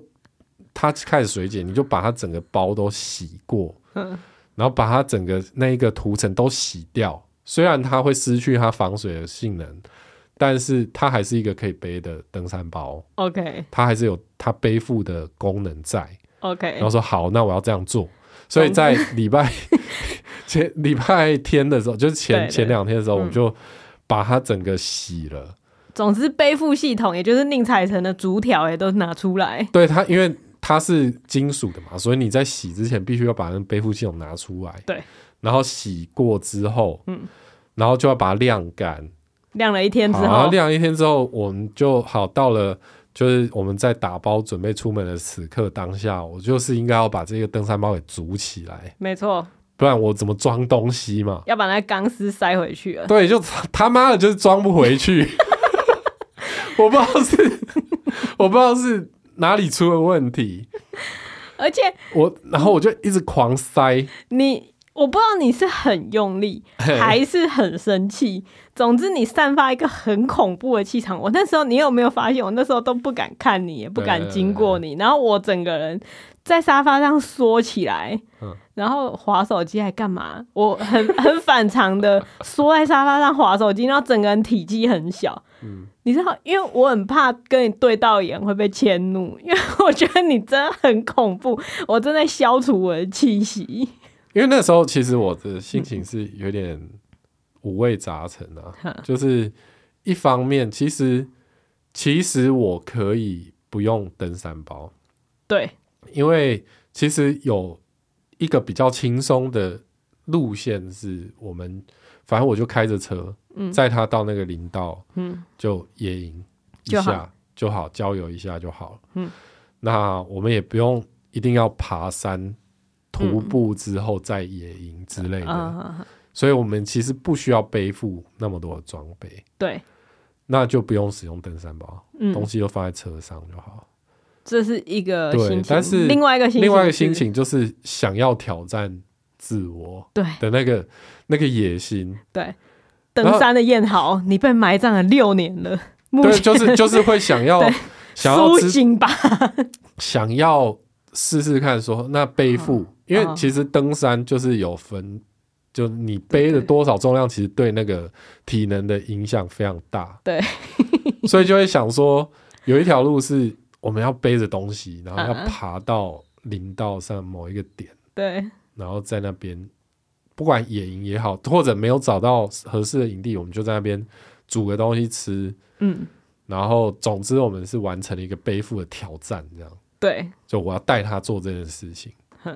S2: 它开始水解，你就把它整个包都洗过，
S3: 嗯
S2: 然后把它整个那一个涂层都洗掉。虽然它会失去它防水的性能，但是它还是一个可以背的登山包。
S3: ，OK
S2: 它还是有它背负的功能在。然
S3: OK，哦
S2: 后说好，那我要这样做。所以在礼拜前礼拜天的时候，就是前
S3: 对对
S2: 前两天的时候，
S3: 嗯
S2: 我就把它整个洗了。
S3: 总之，背负系统，也就是宁采臣的竹条，也都拿出来。
S2: 对它，因为它是金属的嘛，所以你在洗之前必须要把那背负系统拿出来，
S3: 对，
S2: 然后洗过之后，然后就要把它晾干，
S3: 嗯晾了一天之
S2: 好，然后
S3: 后，
S2: 晾一天之后，我们就好到了。就是我们在打包准备出门的此刻当下，我就是应该要把这个登山包给组起来，
S3: 没错，
S2: 不然我怎么装东西嘛？
S3: 要把那钢丝塞回去 <laughs> 了。
S2: 对，就他妈的，就是装不回去。 <laughs> 我不知道是，我不知道是哪里出了问题。
S3: 而且
S2: 我然后我就一直狂塞，
S3: 你，我不知道你是很用力
S2: 嘿
S3: 还是很生气，总之你散发一个很恐怖的气场。我那时候，你有没有发现？我那时候都不敢看你，也不敢经过你，然后我整个人在沙发上缩起来，
S2: 嗯
S3: 然后划手机还干嘛？我很 <laughs> 很反常的缩在沙发上划手机，然后整个人体积很小。你知道，因为我很怕跟你对到眼会被迁怒，因为我觉得你真的很恐怖，我正在消除我的气息。
S2: 因为那时候其实我的心情是有点五味杂陈啊。就是一方面，其实其实我可以不用登山包，
S3: 对，
S2: 因为其实有一个比较轻松的路线是我们，反正我就开着车，载他到那个林道，
S3: 嗯，
S2: 就野营一
S3: 就好
S2: 下就好，郊游一下就好了，
S3: 嗯，
S2: 那我们也不用一定要爬山。
S3: 嗯
S2: 徒步之后再野营之类的，
S3: 嗯，
S2: 所以我们其实不需要背负那么多的装备，
S3: 对，
S2: 那就不用使用登山包，
S3: 嗯
S2: 东，西都放在车上就好。
S3: 这是一个
S2: 对
S3: 心情，
S2: 但是
S3: 另外一个 <laughs> 心情，
S2: 另外一个心，情就是想要挑战自我
S3: 对
S2: 的那个那个野心，
S3: 对，
S2: 然后
S3: 登山的燕豪，你被埋葬了六年了，目
S2: 对，
S3: 前
S2: 就是
S3: <laughs>
S2: 就是会想要
S3: 对
S2: 想要
S3: 苏
S2: 知
S3: 醒吧，
S2: 想要试试看说那背负，因为
S3: 嗯
S2: 其实登山就是有分，就你背了多少重量，其实对那个体能的影响非常大，
S3: 对，
S2: <laughs> 所以就会想说有一条路是我们要背着东西，然后要
S3: 嗯
S2: 爬到林道上某一个点。 <laughs>
S3: 对
S2: 然后在那边不管野营也好，或者没有找到合适的营地，我们就在那边煮个东西吃。
S3: 嗯，
S2: 然后，总之我们是完成了一个背负的挑战，这样
S3: 对，
S2: 就我要带他做这件事情
S3: 哼。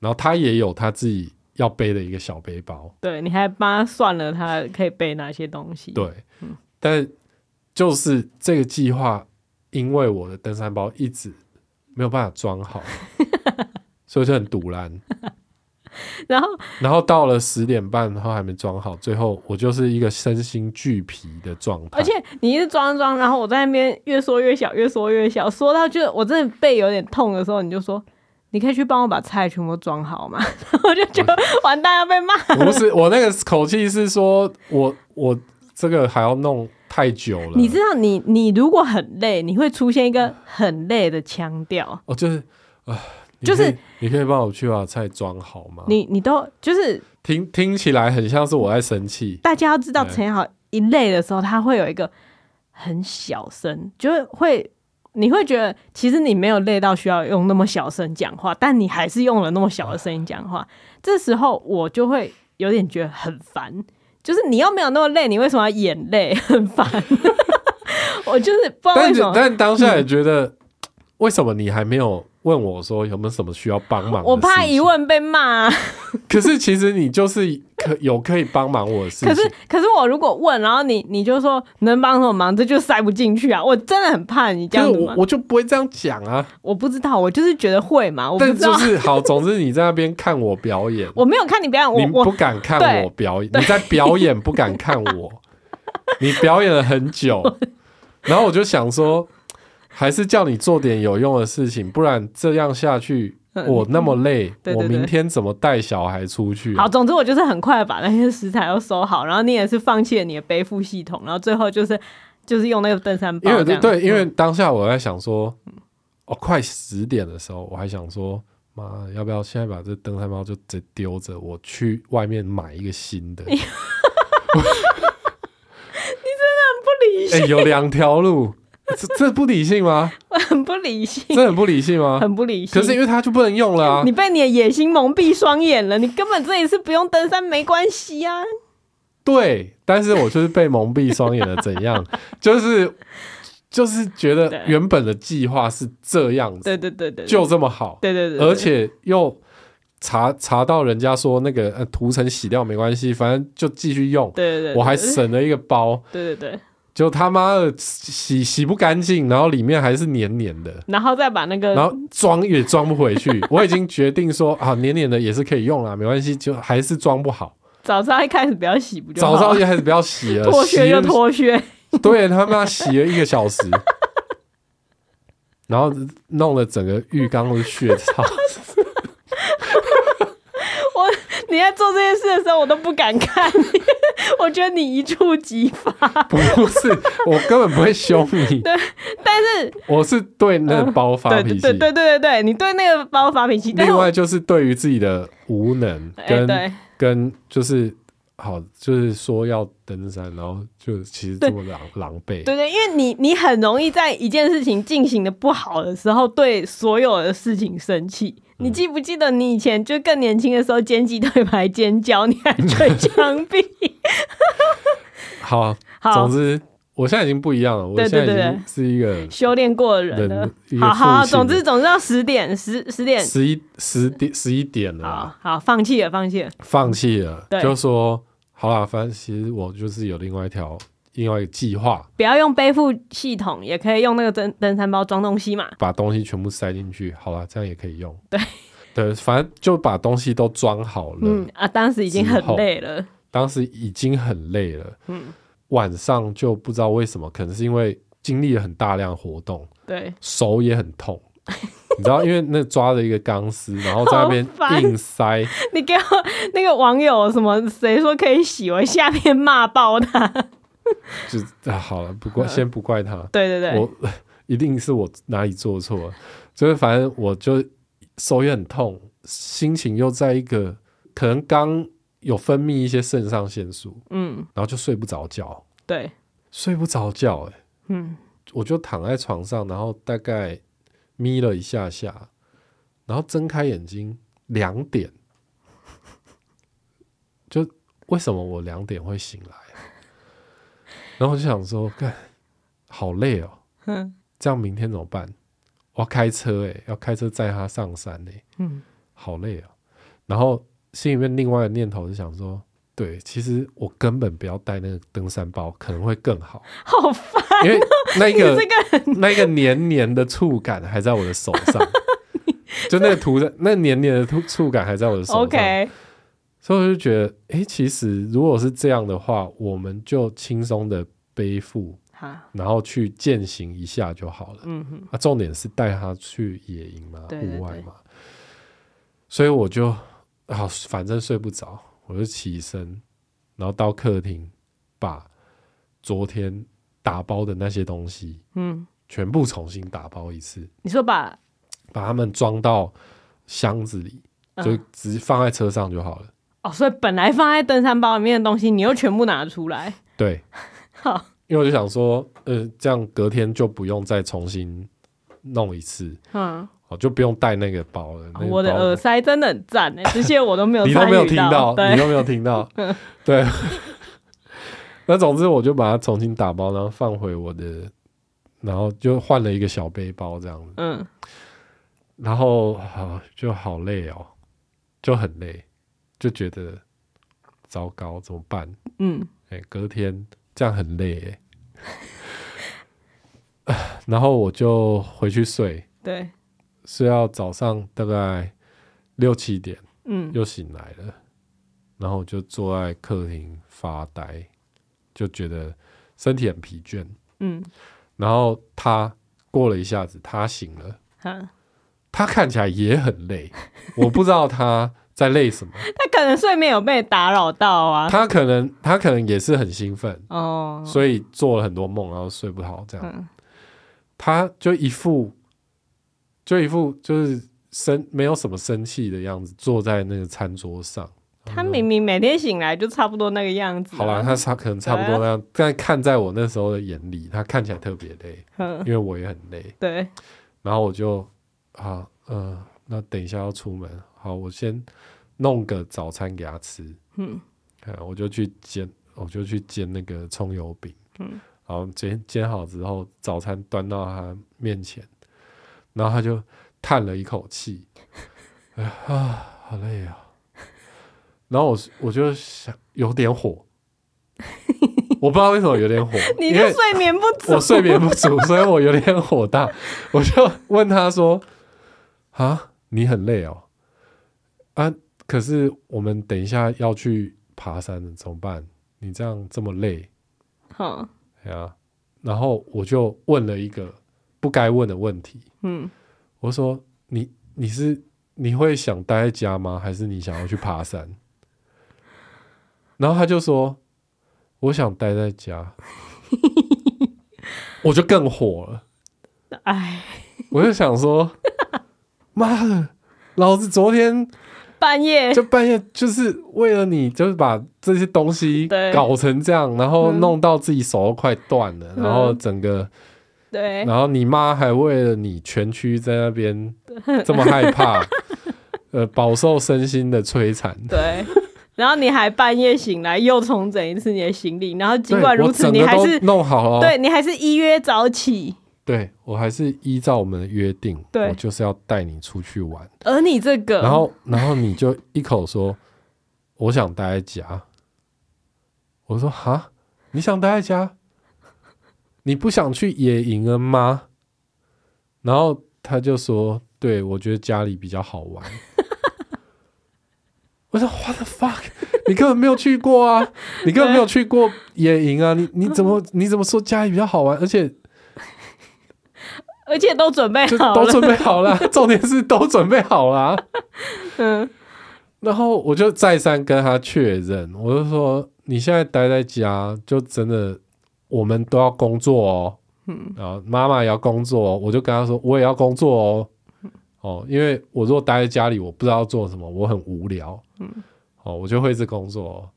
S2: 然后他也有他自己要背的一个小背包，
S3: 对，你还帮他算了他可以背哪些东西，
S2: 对，但就是这个计划，因为我的登山包一直没有办法装好，所以就很堵拦。
S3: 然后
S2: 然后到了十点半，然后还没装好，最后我就是一个身心俱疲的状态。
S3: 而且你一直装装，然后我在那边越缩越小，越缩越小，缩到就我真的背有点痛的时候，你就说。你可以去帮我把菜全部装好吗？ <laughs> 然后我就觉得完蛋要被骂。
S2: 不是我那个口气是说，我我这个还要弄太久了。
S3: 你知道你，你如果很累，你会出现一个很累的腔调。
S2: 哦，就是啊，你
S3: 就是
S2: 可以你可以帮我去把菜装好吗？
S3: 你你都就是
S2: 听听起来很像是我在生气，
S3: 大家要知道，
S2: 对
S3: 陈好一累的时候，他会有一个很小声，就是会你会觉得其实你没有累到需要用那么小声讲话，但你还是用了那么小的声音讲话。这时候我就会有点觉得很烦，就是你又没有那么累，你为什么要眼泪？很烦。 <laughs> 我就是不知道为
S2: 但是
S3: 什么，
S2: 但当下也觉得，嗯为什么你还没有问我说有没有什么需要帮忙？
S3: 我怕一。问被骂啊、
S2: 可是其实你就是可有可以帮忙我的事
S3: 可
S2: 情，
S3: 是，可是我如果问，然后你你就说能帮什么忙，这就塞不进去啊！我真的很怕你这
S2: 可
S3: 样
S2: 是
S3: 子嘛
S2: 我。我就不会这样讲啊。
S3: 我不知道，我就是觉得会嘛，我不
S2: 但
S3: 知道，
S2: 就是好，总之你在那边看我表演，
S3: 我没有看你表
S2: 你
S3: 演，我
S2: 不
S3: 我
S2: 敢看
S3: 对
S2: 我表演，你在表演不敢看
S3: <laughs>
S2: 我，你表演了很久，然后我就想说，还是叫你做点有用的事情，不然这样下去，
S3: 嗯
S2: 我那么累，
S3: 对对
S2: 我
S3: 对
S2: 明天怎么带小孩出去、
S3: 好，
S2: 啊？
S3: 总之我就是很快地把那些食材都收好，然后你也是放弃了你的背负系统，然后最后就是就是用那个登山包
S2: 因为
S3: 这样，
S2: 对，因为
S3: 嗯
S2: 当下我在想说，哦，快十点的时候，我还想说。妈，要不要现在把这登山包就直接丢着，我去外面买一个
S3: <laughs>
S2: 新的？
S3: 不理性
S2: 哎、有两条路，这这不理性
S3: <laughs>
S2: 吗？
S3: 很不理性，
S2: 这很不理性吗？
S3: 很不理性。
S2: 可是因为它就不能用了啊
S3: 你！被你的野心蒙蔽双眼了，你根本这一次不用登山没关系啊。
S2: 对，但是我就是被蒙蔽双眼了，怎样？ <laughs> 就是就是觉
S3: 对
S2: 得原本的计划是这样子，
S3: 对对对对，对
S2: 就这么好，
S3: 对对对，对
S2: 而且又查查到人家说那个呃涂层洗掉没关系，反正就继续用。
S3: 对对对，对
S2: 我还省了一个包，
S3: 对对对，
S2: 就他妈的洗洗不干净，然后里面还是黏黏的，
S3: 然后再把那个
S2: 然后装也装不回
S3: <laughs>
S2: 去。我已经决定说啊，黏黏的也是可以用啦，没关系，就还是装不好。
S3: 早上一开始不要洗不就
S2: 早
S3: 好了
S2: 上就开始不要洗了，
S3: <laughs> 脱靴
S2: 洗
S3: 就
S2: 了
S3: 脱靴， <laughs>
S2: 对他妈洗了一个小时，然后弄了整个浴缸都是血
S3: <laughs>
S2: 槽。
S3: 我你在做这件事的时候，我都不敢看， <laughs> 我觉得你一触即发。
S2: 不是，我根本不会凶你，
S3: 但是，
S2: 我是对那个包发
S3: 嗯对
S2: 脾
S3: 对
S2: 气
S3: 对。对对对，你对那个包发脾气，但是
S2: 另
S3: 我
S2: 外就是对于自己的无能
S3: 哎、
S2: 跟、
S3: 对
S2: 跟就是好，就是说要登山，然后就其实这么狼狼狈。
S3: 对对，因为你你很容易在一件事情进行的不好的时候，对所有的事情生气。
S2: 嗯
S3: 你记不记得你以前就更年轻的时候，尖鸡腿排尖叫，你还捶
S2: <laughs>
S3: 墙壁？
S2: 好，
S3: 好
S2: 总，之我现在已经不一样了，我
S3: 对
S2: 现在已
S3: 对对
S2: 经是一个
S3: 修炼过的人了
S2: 人。，一个
S3: 好好，
S2: 父亲
S3: 总之总之要十点十十点，
S2: 十一十点十一点啊了
S3: 好
S2: 啦，
S3: 好放弃了放弃了，
S2: 放弃了
S3: 对，
S2: 就说好啦，反正其实我就是有另外一条另外一个计划，
S3: 不要用背负系统，也可以用那个登登山包装东西嘛。
S2: 把东西全部塞进去，好啦，这样也可以用。对对，反正就把东西都装好了。
S3: 嗯啊，当时已经很
S2: 之后
S3: 累了，
S2: 当时已经很累了，嗯，晚上就不知道为什么，可能是因为经历了很大量活动，
S3: 对， <laughs>
S2: 手也很痛。你知道，因为那抓着一个钢丝，然后在那边
S3: 好烦
S2: 硬塞，
S3: 你给我那个网友什么谁说可以洗，我下面骂爆他。 <laughs>
S2: 就、啊、好了，不怪先不怪他，
S3: 对嗯对对，
S2: 我 <laughs> 一定是我哪里做错了，就是反正我就手也很痛，心情又在一个可能刚有分泌一些肾上腺素，
S3: 嗯，
S2: 然后就睡不着觉，
S3: 对，
S2: 睡不着觉、欸，
S3: 嗯，
S2: 我就躺在床上，然后大概眯了一下下，然后睁开眼睛两点， <laughs> 就为什么我两点会醒来？然后我就想说，干，好累哦，
S3: 嗯
S2: 这样明天怎么办？我要开车诶、欸要开车载他上山诶、
S3: 嗯，
S2: 好累哦。然后心里面另外的念头是想说，对，其实我根本不要带那个登山包，可能会更
S3: <laughs>
S2: 好。
S3: 好烦，
S2: 因为那
S3: 哎你
S2: 个
S3: 这个人
S2: 那个黏黏的触感还在我的手
S3: <laughs>
S2: 上，就那个涂在那黏黏的触触感还在我的手上
S3: OK，
S2: 所以我就觉得，诶，其实如果是这样的话，我们就轻松的背负，
S3: 好，
S2: 然后去践行一下就好了。
S3: 嗯哼，
S2: 啊，重点是带他去野营嘛，
S3: 对对
S2: 户外
S3: 对
S2: 嘛。所以我就啊，反正睡不着，我就起身，然后到客厅把昨天打包的那些东西
S3: 嗯，
S2: 全部重新打包一次，
S3: 你说把
S2: 把它们装到箱子里，
S3: 嗯
S2: 就直放在车上就好了。
S3: 哦，所以本来放在登山包里面的东西，你又全部拿出来， <laughs>
S2: 对，
S3: 好，
S2: 因为我就想说，呃，这样隔天就不用再重新弄一次，
S3: 嗯，
S2: 哦，就不用带那个包了。那个
S3: 哦我的
S2: 包
S3: 耳塞真的很赞哎，这些我都没有
S2: <laughs> 你都
S3: 参
S2: 没有
S3: 与
S2: 听到，你
S3: 对，
S2: 都没有听
S3: <laughs>
S2: 到，对。那总之我就把它重新打包，然后放回我的，然后就换了一个小背包这样子，
S3: 嗯，
S2: 然后啊就好累哦，就很累，就觉得糟糕，怎么办？
S3: 嗯，
S2: 哎、隔天这样很累哎、 <laughs> 然后我就回去睡，
S3: 对，
S2: 睡到早上大概六七点。
S3: 嗯，
S2: 又醒来了，然后我就坐在客厅发呆，就觉得身体很疲倦。
S3: 嗯，
S2: 然后他过了一下子，他醒了， <laughs>
S3: 好。
S2: 他看起来也很累，我不知道他在累什么。
S3: 他可能睡眠有被打扰到 <laughs> 啊。
S2: 他可能他可能也是很兴奋，
S3: 哦，
S2: 所以做了很多梦，然后睡不好这样。
S3: 嗯
S2: 他就一副哦就一副就是生没有什么生气的样子，坐在那个餐桌上，
S3: 他明明每天醒来就差不多那个样子、啊。
S2: 好啦，他差可能差不多那样，但看在我那时候的眼里，他看起来特别累，
S3: 嗯，
S2: 因为我也很累。
S3: 对，
S2: 然后我就啊，嗯、那等一下要出门，好，我先弄个早餐给他吃。
S3: 嗯
S2: 啊，我就去煎，我就去煎那个葱油饼，
S3: 嗯，
S2: 然后煎煎好之后，早餐端到他面前，然后他就叹了一口气，哎啊，好累啊。然后我我就想有点火，我不知道为什么有点火，
S3: <laughs> 你
S2: 因
S3: 就
S2: 为
S3: 睡眠不
S2: <laughs>
S3: 足，
S2: 我睡眠不足，所以我有点火大。我就问他说：“啊，你很累哦？啊，可是我们等一下要去爬山了，怎么办？你这样这么累，
S3: 好，
S2: 哎呀、然后我就问了一个不该问的问题，
S3: 嗯，
S2: 我说：“你你是你会想待在家吗？还是你想要去爬山？”然后他就说：“我想待在家。”我就更火了，
S3: 哎，
S2: 我就想说：“妈的，老子昨天
S3: 半夜
S2: 就半夜就是为了你，就是把这些东西
S3: 对
S2: 搞成这样，然后
S3: 嗯
S2: 弄到自己手都快断了，然后
S3: 嗯
S2: 整个，
S3: 对，
S2: 然后你妈还为了你全区在那
S3: <laughs>
S2: 边这么害怕，呃，饱受身心的摧残。”
S3: 对，然后你还半夜醒来又重整一次你的行李，然后尽
S2: 对
S3: 管如
S2: 我
S3: 此，
S2: 整
S3: 你
S2: 个
S3: 还
S2: 都
S3: 是
S2: 弄好了哦、
S3: 对你还是依约早起，
S2: 对我还是依照我们的约定，
S3: 对
S2: 我就是要带你出去玩。
S3: 而你这个，
S2: 然后，然后你就一口说，我想待在家。我说哈，你想待在家？你不想去野营了吗？然后他就说，对我觉得家里比较好玩。 <laughs> 我说 What the fuck？你根本没有去过啊！你根本没有去过野营啊！你你怎么你怎么说家里比较好玩？而且
S3: 而且都准备
S2: 就
S3: 好
S2: 都
S3: 了，
S2: 准备好了，啊重点是都准备好了啊。
S3: 嗯，
S2: 然后我就再三跟他确认，我就说你现在待在家，就真的我们都要工作哦，嗯，然后妈妈也要工作、哦，我就跟他说我也要工作哦，哦，因为我如果待在家里，我不知道做什么，我很无聊，嗯，哦，我就会一直工作、哦。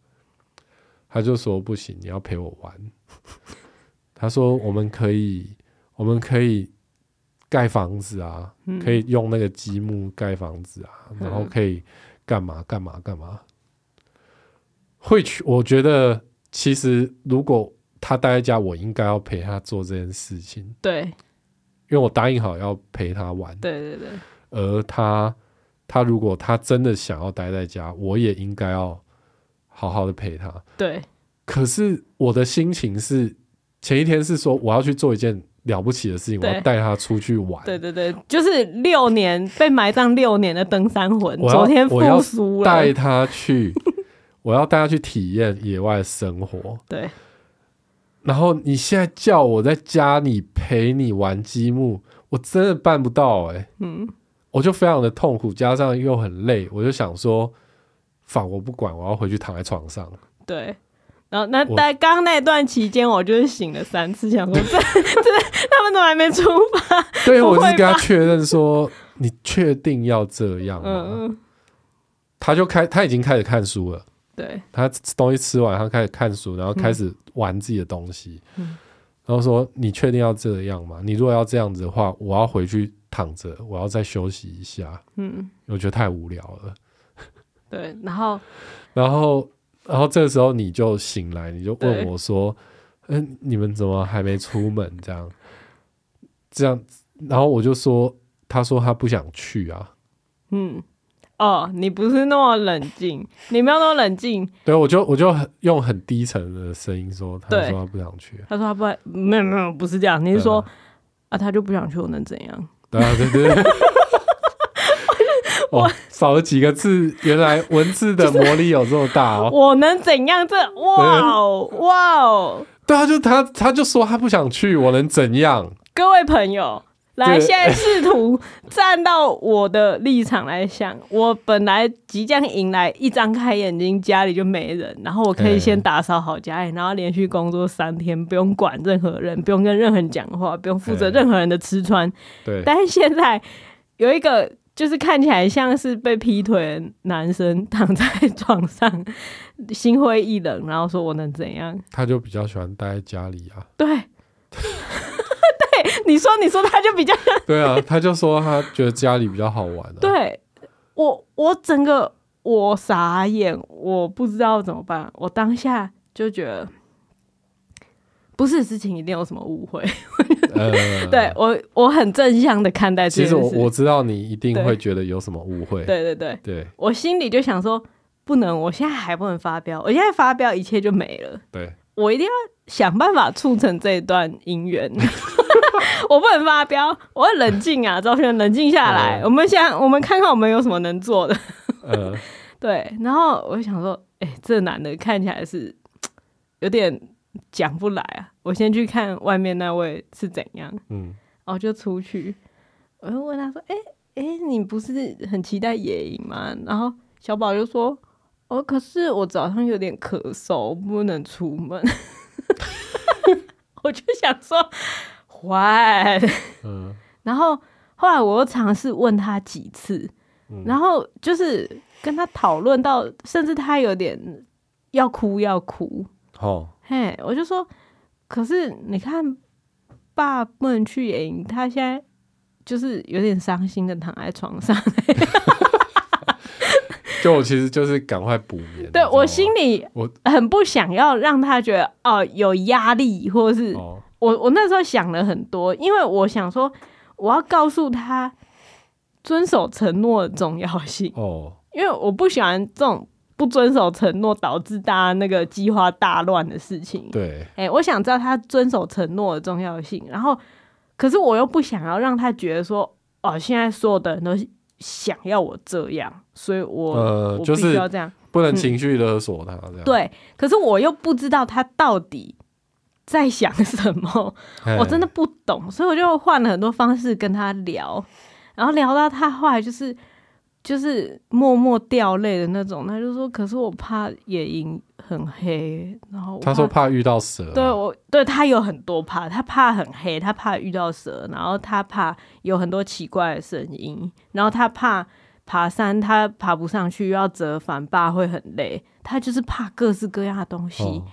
S2: 他就说不行，你要陪我玩。 <laughs> 他说我们可以，我们可以盖房子啊，可以用那个积木盖房子啊，然后可以干嘛干嘛干嘛。会去，我觉得其实如果他待在家，我应该要陪他做这件事情，
S3: 对
S2: 因为我答应好要陪他玩。
S3: 对对对，
S2: 而他，他如果他真的想要待在家，我也应该要好好的陪他。
S3: 对
S2: 可是我的心情是，前一天是说我要去做一件了不起的事情，我
S3: 对
S2: 要带他出去玩。
S3: 对对对，就是六年被埋葬六年的登山魂，
S2: 我要
S3: 昨天
S2: 我要
S3: 复苏了，
S2: 带他去， <laughs> 我要带他去体验野外生活。
S3: 对
S2: 然后你现在叫我在家里陪你玩积木，我真的办不到哎、
S3: 嗯，
S2: 我就非常的痛苦，加上又很累，我就想说，反我不管，我要回去躺在床上。
S3: 对。然后那
S2: 我
S3: 在刚刚那段期间，我就是醒了三次，想说这这他们都还没出发，
S2: 对，
S3: <laughs> 不
S2: 我
S3: 会
S2: 是跟他
S3: 吧
S2: 确认说，你确定要这样吗？
S3: 嗯，嗯
S2: 他就开，他已经开始看书了。
S3: 对
S2: 他吃东西吃完，他开始看书，然后
S3: 嗯
S2: 开始玩自己的东西。然后说：“你确定要这样吗？你如果要这样子的话，我要回去躺着，我要再休息一下。
S3: 嗯
S2: 我觉得太无聊了。
S3: 对，然后
S2: 然后，然后这个时候你就醒来，你就
S3: 对
S2: 问我说：‘嗯、你们怎么还没出门？’这样，这样，然后我就说：‘他说他不想去啊。’
S3: 嗯，哦，你不是那么冷静，你没有那么冷静。
S2: 对，我就我就很用很低沉的声音说，他
S3: 对
S2: 说他不想去。啊
S3: 他说他不爱，没有没有，不是这样，你是说
S2: 对
S3: 啊，他就不想去，我能怎样？
S2: 对啊，对对对。
S3: <laughs>
S2: 哦，少了几个字，原来文字的魔力有这么大哦。
S3: 我能怎样？这哇哦哇哦，
S2: 对啊，就他他就说他不想去，我能怎样？
S3: 各位朋友。来，
S2: 对
S3: 现在试图站到我的立场来想，我本来即将迎来一张开眼睛家里就没人，然后我可以
S2: 对
S3: 先打扫好家里，然后连续工作三天，不用管任何人，不用跟任何人讲话，不用负责
S2: 对
S3: 任何人的吃穿，
S2: 对，
S3: 但是现在有一个就是看起来像是被劈腿的男生躺在床上，心灰意冷，然后说我能怎样？
S2: 他就比较喜欢待在家里啊。
S3: 对， <laughs> 对，你说你说他就比较
S2: 对啊，他就说他觉得家里比较好玩啊。，
S3: 对我，我整个我傻眼，我不知道怎么办。我当下就觉得，不是事情一定有什么误会。
S2: 嗯呃，
S3: <laughs> 对我，我很正向的看待这
S2: 其
S3: 件
S2: 实
S3: 事。
S2: 我我知道你一定
S3: 对
S2: 会觉得有什么误会。
S3: 对对对，
S2: 对
S3: 我心里就想说，不能，我现在还不能发飙，我现在发飙一切就没了。
S2: 对，
S3: 我一定要想办法促成这一段
S2: <laughs>
S3: 姻缘。 <laughs> 我不能发飙，我要冷静啊，赵轩，冷静下来。
S2: 嗯
S3: 我们想，我们看看我们有什么能做的。
S2: 呃，
S3: 对，然后我就想说，哎、这男的看起来是有点讲不来啊。我先去看外面那位是怎样，
S2: 嗯，
S3: 然后就出去。我就问他说，哎、哎、你不是很期待野营吗？然后小宝就说，哦，可是我早上有点咳嗽，我不能出门。 <laughs> 我就想说， <laughs> 坏。
S2: 嗯，
S3: 然后后来我又尝试问他几次，
S2: 嗯
S3: 然后就是跟他讨论到，甚至他有点要哭要哭，
S2: 好，
S3: 嘿，我就说，可是你看，爸不能去野营，他现在就是有点伤心的躺在
S2: <laughs>
S3: 床上，
S2: 就我其实就是赶快补眠。你知
S3: 对
S2: 道吗
S3: 我心里
S2: 我
S3: 很不想要让他觉得哦有压力，或者是
S2: 哦，
S3: 我我那时候想了很多，因为我想说，我要告诉他遵守承诺的重要性，
S2: 哦，
S3: 因为我不喜欢这种不遵守承诺导致大家那个计划大乱的事情。
S2: 对，
S3: 哎、我想知道他遵守承诺的重要性，然后可是我又不想要让他觉得说，哦，现在所有的人都想要我这样，所以我、
S2: 呃
S3: 我
S2: 就
S3: 必须
S2: 是
S3: 要这样。
S2: 不能情绪勒索他这样。
S3: 嗯对，可是我又不知道他到底在想什么。
S2: 嘿，
S3: 我真的不懂，所以我就换了很多方式跟他聊，然后聊到他后来就是就是默默掉泪的那种，他就说：“可是我怕野营很黑。”然后我
S2: 他
S3: 怕
S2: 说怕遇到蛇啊。
S3: 对我对他有很多怕，他怕很黑，他怕遇到蛇，然后他怕有很多奇怪的声音，然后他怕爬山，他爬不上去又要折返，爸会很累，他就是怕各式各样的东西。
S2: 哦，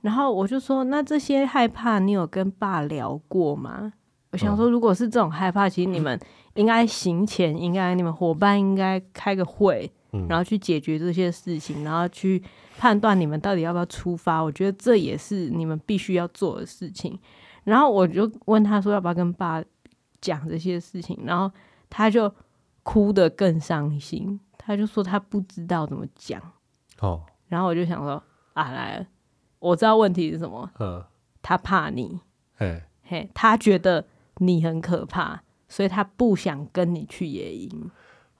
S3: 然后我就说，那这些害怕你有跟爸聊过吗？我想说，如果是这种害怕，其实你们应该行前应该你们伙伴应该开个会，
S2: 嗯
S3: 然后去解决这些事情，然后去判断你们到底要不要出发。我觉得这也是你们必须要做的事情。然后我就问他说要不要跟爸讲这些事情，然后他就哭得更伤心，他就说他不知道怎么讲。
S2: 哦，
S3: 然后我就想说啊，来了，我知道问题是什么，
S2: 嗯，
S3: 他怕你，
S2: 哎，
S3: 嘿，他觉得你很可怕，所以他不想跟你去野营。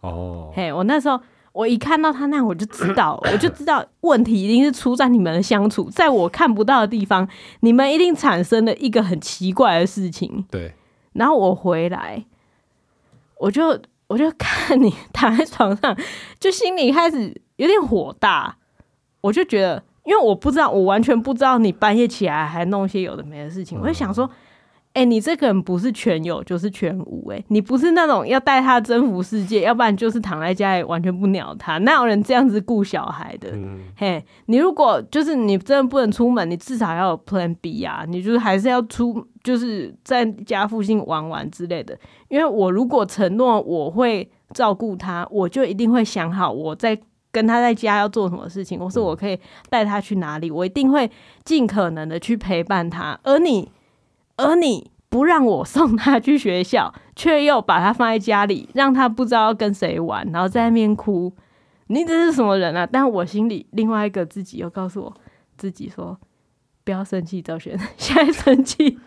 S2: 哦，
S3: 嘿，我那时候我一看到他那样，我就知道，我就知道问题一定是出在你们的相处，在我看不到的地方，你们一定产生了一个很奇怪的事情。
S2: 对，
S3: 然后我回来，我就我就看你 <laughs> 躺在床上，就心里开始有点火大，我就觉得，因为我不知道，我完全不知道你半夜起来还弄一些有的没的事情，我就想说。哎、你这个人不是全有就是全无、哎，你不是那种要带他征服世界，要不然就是躺在家里完全不鸟他，哪有人这样子顾小孩的？
S2: 嗯，
S3: 嘿，你如果就是你真的不能出门，你至少要有 Plan B 啊，你就是还是要出，就是在家附近玩玩之类的。因为我如果承诺我会照顾他，我就一定会想好我在跟他在家要做什么事情，或是我可以带他去哪里，我一定会尽可能的去陪伴他。而你，而你。不让我送他去学校，却又把他放在家里，让他不知道要跟谁玩，然后在那边哭。你这是什么人啊？但我心里另外一个自己又告诉我自己说，不要生气，赵轩， <laughs> 现在生气，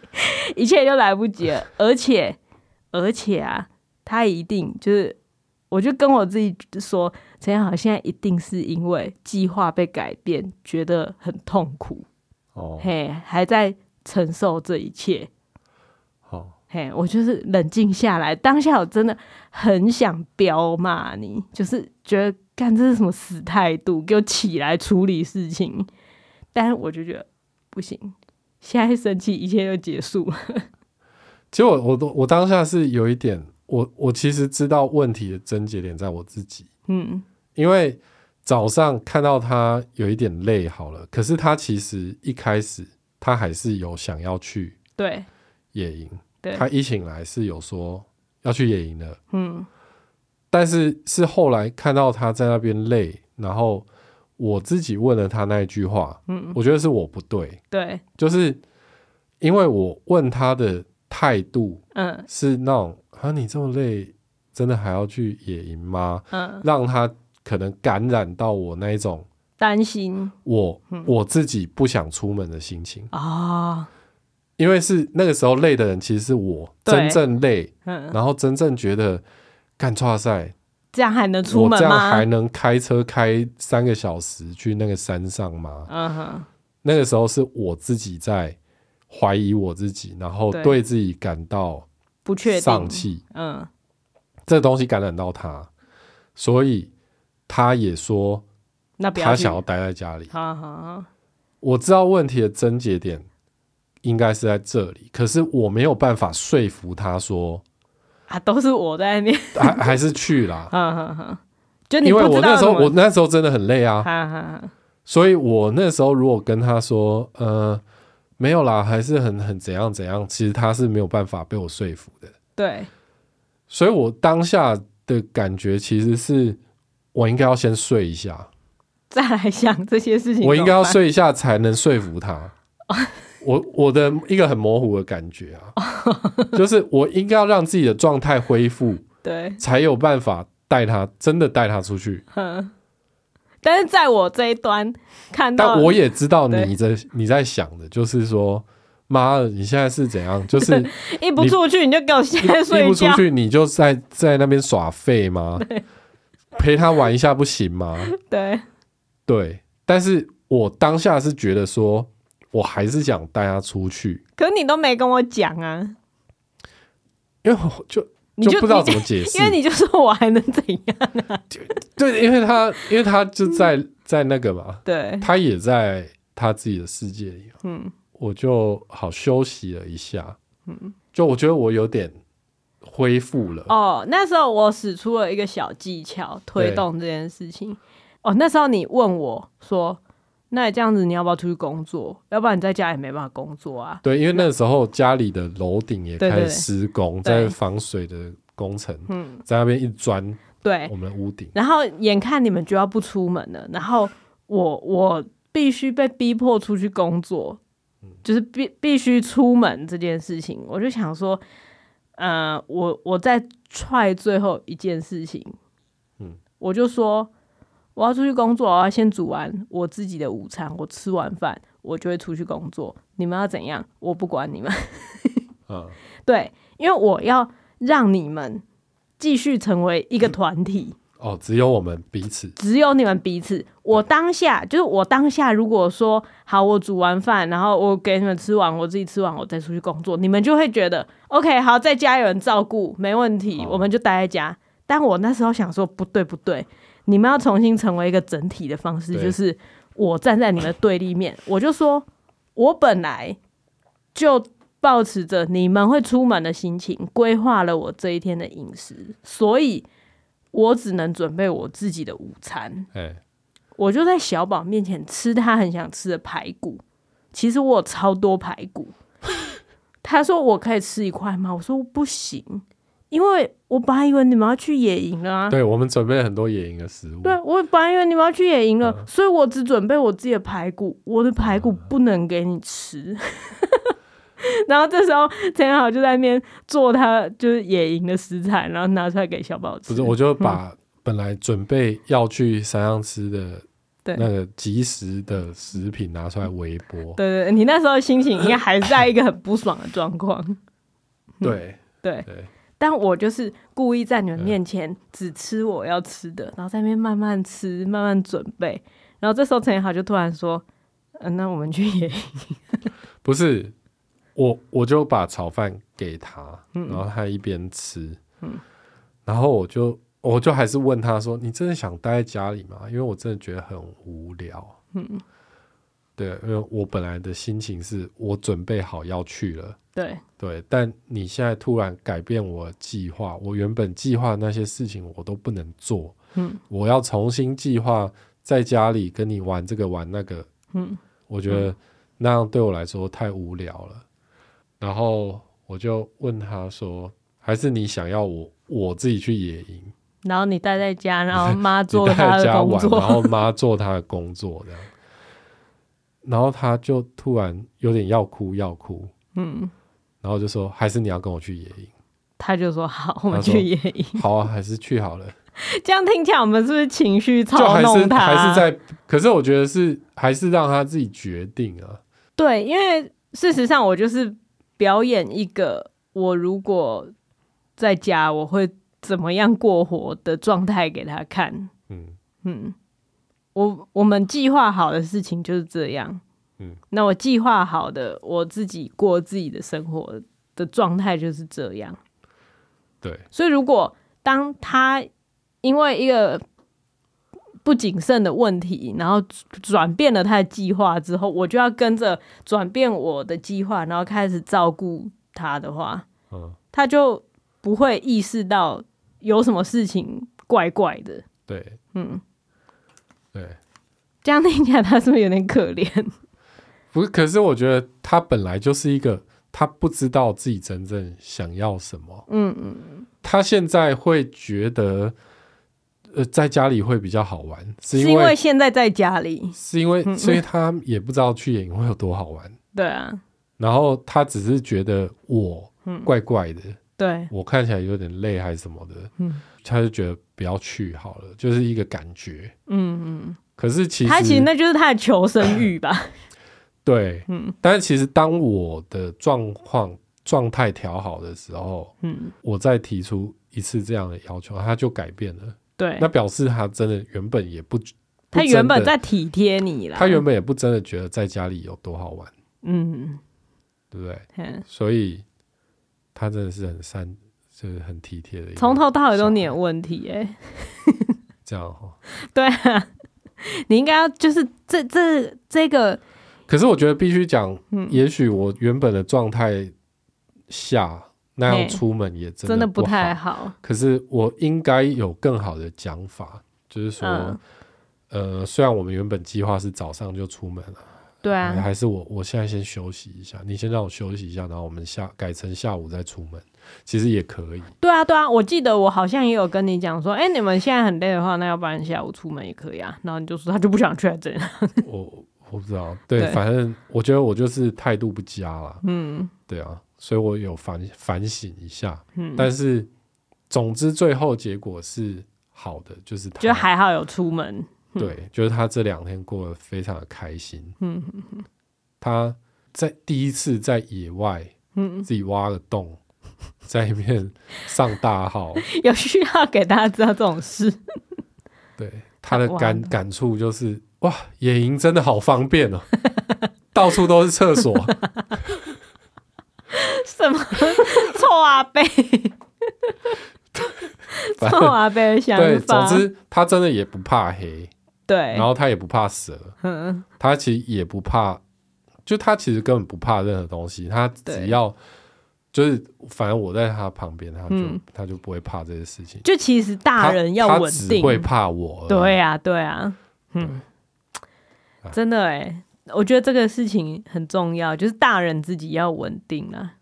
S3: 一切就来不及了。 <laughs> 而且，而且啊，他一定就是，我就跟我自己说，陈彦豪现在一定是因为计划被改变，觉得很痛苦，
S2: 哦，
S3: 嘿，还在承受这一切。
S2: 好，
S3: 嘿，我就是冷静下来，当下我真的很想彪骂你，就是觉得干这是什么死态度，给我起来处理事情。但是我就觉得不行，现在生气一切就结束了。
S2: 其实我我都我当下是有一点我我其实知道问题的症结点在我自己，
S3: 嗯
S2: 因为早上看到他有一点累，好了，可是他其实一开始他还是有想要去
S3: 对
S2: 野营，
S3: 对，
S2: 他一醒来是有说要去野营的，
S3: 嗯
S2: 但是是后来看到他在那边累，然后我自己问了他那一句话，
S3: 嗯
S2: 我觉得是我不对，
S3: 对，
S2: 就是因为我问他的态度
S3: 嗯
S2: 是那种啊，你这么累，真的还要去野营吗？
S3: 嗯，
S2: 让他可能感染到我那一种
S3: 担心
S2: 我、
S3: 嗯
S2: 我自己不想出门的心情，哦
S3: 啊，
S2: 因为是那个时候累的人其实是我
S3: 对
S2: 真正累，
S3: 嗯，
S2: 然后真正觉得干哇塞，
S3: 这样还能出
S2: 我
S3: 门
S2: 这样还
S3: 吗？
S2: 能开车开三个小时去那个山上吗？
S3: 嗯哼，
S2: 那个时候是我自己在怀疑我自己，然后
S3: 对
S2: 对自己感到
S3: 不确
S2: 丧
S3: 定，
S2: 气，
S3: 嗯
S2: 这东西感染到他，所以他也说
S3: 那不要
S2: 他
S3: 去
S2: 想要待在家里。
S3: 好好好，
S2: 我知道问题的症结点应该是在这里，可是我没有办法说服他说，
S3: 啊，都是我在那边，，
S2: 还还是去啦
S3: <laughs> 嗯哼哼，就你
S2: 因为
S3: 不
S2: 我
S3: 知道
S2: 那时候
S3: 怎么
S2: 我那时候真的很累啊，
S3: 哈哈哈，
S2: 所以我那时候如果跟他说，呃，没有啦，还是很很怎样怎样，其实他是没有办法被我说服的。
S3: 对，
S2: 所以我当下的感觉其实是，我应该要先睡一下，
S3: 再来想这些事情，
S2: 我应该要，睡一下才能说服
S3: <laughs>
S2: 他。我我的一个很模糊的感觉
S3: <laughs>
S2: 啊，就是我应该要让自己的状态恢复，
S3: 对，
S2: 才有办法带他真的带他出去。
S3: 嗯，但是在我这一端看到，
S2: 但我也知道
S3: 对
S2: 你在你在想的，就是说，妈的，你现在是怎样？
S3: <laughs>
S2: 就是
S3: 一不出去你就给我先
S2: 你
S3: 睡
S2: 不出
S3: 觉，
S2: 去，你就在在那边耍废吗？陪他玩一下不行
S3: <laughs>
S2: 吗？
S3: 对，
S2: 对，但是我当下是觉得说，我还是想带他出去，
S3: 可你都没跟我讲啊，
S2: 因为我就
S3: 你就
S2: 不知道怎么解释
S3: 因，为你就说我还能怎样？
S2: 对，因为他因为他就在
S3: 嗯
S2: 在那个嘛，
S3: 对，
S2: 他也在他自己的世界里，
S3: 嗯，
S2: 我就好休息了一下，就我觉得我有点恢复了，
S3: 哦，那时候我使出了一个小技巧推动这件事情。哦，那时候你问我说：“那你这样子，你要不要出去工作？要不然你在家也没办法工作啊。
S2: 对，因为那时候家里的楼顶也
S3: 对
S2: 开
S3: 对
S2: 始施工，
S3: 对
S2: 在防水的工程，
S3: 嗯哎
S2: 在那边一钻”
S3: 对
S2: 我，们的屋顶，
S3: 然后眼看你们就要不出门了，然后我我必须被逼迫出去工作，就是必必须出门这件事情，我就想说，呃，我我再踹最后一件事情，
S2: 嗯
S3: 我就说我要出去工作，我要先煮完我自己的午餐，我吃完饭我就会出去工作，你们要怎样，我不管你们。 <laughs>
S2: 嗯，
S3: 对，因为我要让你们继续成为一个团体。
S2: 哦，只有我们彼此，
S3: 只有你们彼此。我当下就是我当下，如果说好，我煮完饭，然后我给你们吃完，我自己吃完，我再出去工作，你们就会觉得 OK，好，在家有人照顾，没问题，
S2: 哦
S3: 我们就待在家。但我那时候想说，不对不对，你们要重新成为一个整体的方式，
S2: 对
S3: 就是我站在你们的对立面，我就说，我本来就抱持着你们会出门的心情，规划了我这一天的饮食，所以我只能准备我自己的午餐。
S2: 哎、
S3: 我就在小宝面前吃他很想吃的排骨，其实我有超多排骨。 <laughs> 他说我可以吃一块吗？我说我不行，因为我本来以为你们要去野营了啊。
S2: 对我们准备了很多野营的食物，
S3: 对，啊我本来以为你们要去野营了，
S2: 嗯
S3: 所以我只准备我自己的排骨，我的排骨不能给你吃。 <laughs> 然后这时候陈好就在那边做他就是野营的食材，然后拿出来给小宝吃。
S2: 不是，我就把本来准备要去山上吃的
S3: <laughs> 对
S2: 那个即食的食品拿出来微波，
S3: 对对对，你那时候心情应该还在一个很不爽的状况。
S2: 对
S3: 对，
S2: 对，
S3: 但我就是故意在你
S2: 嗯
S3: 们面前只吃我要吃的，然后在那边慢慢吃，慢慢准备。然后这时候陈彦豪就突然说：“嗯、那我们去野营。
S2: 不是，我我就把炒饭给他，然后他一边吃，然后我就我就还是问他说：“你真的想待在家里吗？”因为我真的觉得很无聊，对，因为我本来的心情是我准备好要去了，
S3: 对，
S2: 对，但你现在突然改变我的计划，我原本计划那些事情我都不能做，
S3: 嗯，
S2: 我要重新计划在家里跟你玩这个玩那个，
S3: 嗯，
S2: 我觉得那样对我来说太无聊了。然后我就问他说：“还是你想要我我自己去野营，
S3: 然后你待在家，然后妈做
S2: 你
S3: 她
S2: 在
S3: 的
S2: 家
S3: 工
S2: 玩，
S3: 作，
S2: 然后妈做她的工作这样。”然后他就突然有点要哭要哭，
S3: 嗯，
S2: 然后就说：“还是你要跟我去野营？
S3: 他就说好，我们
S2: 他说
S3: 去野营。
S2: 好啊，还是去
S3: <laughs>
S2: 好了。”
S3: 这样听起来，我们是不是情绪
S2: 就
S3: 操
S2: 还
S3: 弄啊
S2: 是
S3: 他？
S2: 还是在，可是我觉得是还是让他自己决定啊。
S3: 对，因为事实上我就是表演一个我如果在家我会怎么样过活的状态给他看。
S2: 嗯
S3: 嗯，我我们计划好的事情就是这样。
S2: 嗯，
S3: 那我计划好的我自己过自己的生活的状态就是这样。
S2: 对，
S3: 所以如果当他因为一个不谨慎的问题，然后转变了他的计划之后，我就要跟着转变我的计划，然后开始照顾他的话，
S2: 嗯，
S3: 他就不会意识到有什么事情怪怪的。
S2: 对，
S3: 嗯，
S2: 对，
S3: 这样听起来他是不是有点可怜？
S2: 不是，可是我觉得他本来就是一个他不知道自己真正想要什么，
S3: 嗯嗯，
S2: 他现在会觉得，呃，在家里会比较好玩，是
S3: 是
S2: 因
S3: 因为
S2: 为
S3: 现在在家里，
S2: 是因为，
S3: 嗯
S2: 所以他也不知道去野营会有多好玩，
S3: 对啊，
S2: 然后他只是觉得我
S3: 嗯
S2: 怪怪的，
S3: 对，
S2: 我看起来有点累还是什么的，
S3: 嗯
S2: 他就觉得不要去好了，就是一个感觉。
S3: 嗯嗯，
S2: 可是其实
S3: 他其实那就是他的求生欲
S2: <laughs>
S3: 吧？
S2: 对，
S3: 嗯
S2: 但是其实当我的状况状态调好的时候，
S3: 嗯，
S2: 我再提出一次这样的要求，他就改变了。
S3: 对
S2: 那，表示他真的原本也不，不
S3: 他
S2: 真的
S3: 原本在体贴你啦，
S2: 他原本也不真的觉得在家里有多好玩，
S3: 嗯，
S2: 对不对？
S3: 嗯
S2: 所以他真的是很善，就是很体贴的一个
S3: 从头到尾都
S2: 小孩
S3: 你的问题哎、
S2: <laughs> 这样哈。
S3: 对啊， <laughs> 你应该要就是这这这个，
S2: 可是我觉得必须讲，
S3: 嗯
S2: 也许我原本的状态下那
S3: 嘿
S2: 样出门也真
S3: 真的
S2: 不
S3: 不太
S2: 好。
S3: 好，
S2: 可是我应该有更好的讲法，就是说，
S3: 嗯
S2: 呃，虽然我们原本计划是早上就出门了，
S3: 对
S2: 还
S3: 啊，
S2: 还是我我现在先休息一下，你先让我休息一下，然后我们下改成下午再出门，其实也可以。
S3: 对啊，对啊，我记得我好像也有跟你讲说，哎、你们现在很累的话，那要不然下午出门也可以啊。然后你就说他就不想去啊，这样，
S2: 我我不知道，对，
S3: 对
S2: 反正我觉得我就是态度不佳啦，
S3: 嗯
S2: 对啊，所以我有反反省一下，
S3: 嗯，
S2: 但是总之最后结果是好的，就是他
S3: 就还好有出门， <laughs>
S2: 对，就是他这两天过得非常的开心。
S3: 嗯
S2: 他在第一次在野外
S3: 嗯，
S2: 自己挖个洞， <laughs> 在一面上大号，
S3: 有需要给大家知道这种事，
S2: 对他
S3: <laughs>
S2: 的
S3: 哇
S2: 感感触就是哇，野营真的好方便哦， <laughs> 到处都是厕所，
S3: 什么 <laughs> 臭阿贝，
S2: <laughs> 反
S3: 臭
S2: 正
S3: 阿贝的想
S2: 对，
S3: 法，
S2: 总之他真的也不怕黑，
S3: 对
S2: 然，后他也不怕蛇，
S3: 嗯
S2: 他其实也不怕，就他其实根本不怕任何东西，他
S3: 对
S2: 只要就是反正我在他旁边，他就、
S3: 嗯
S2: 他就不会怕这些事情。
S3: 就其实大
S2: 他
S3: 人要
S2: 他
S3: 稳
S2: 只
S3: 定，
S2: 会怕我。
S3: 对，呀、对呀、嗯，
S2: 对
S3: 真的哎、我觉得这个事情很重要，就是大人自己要稳定啊。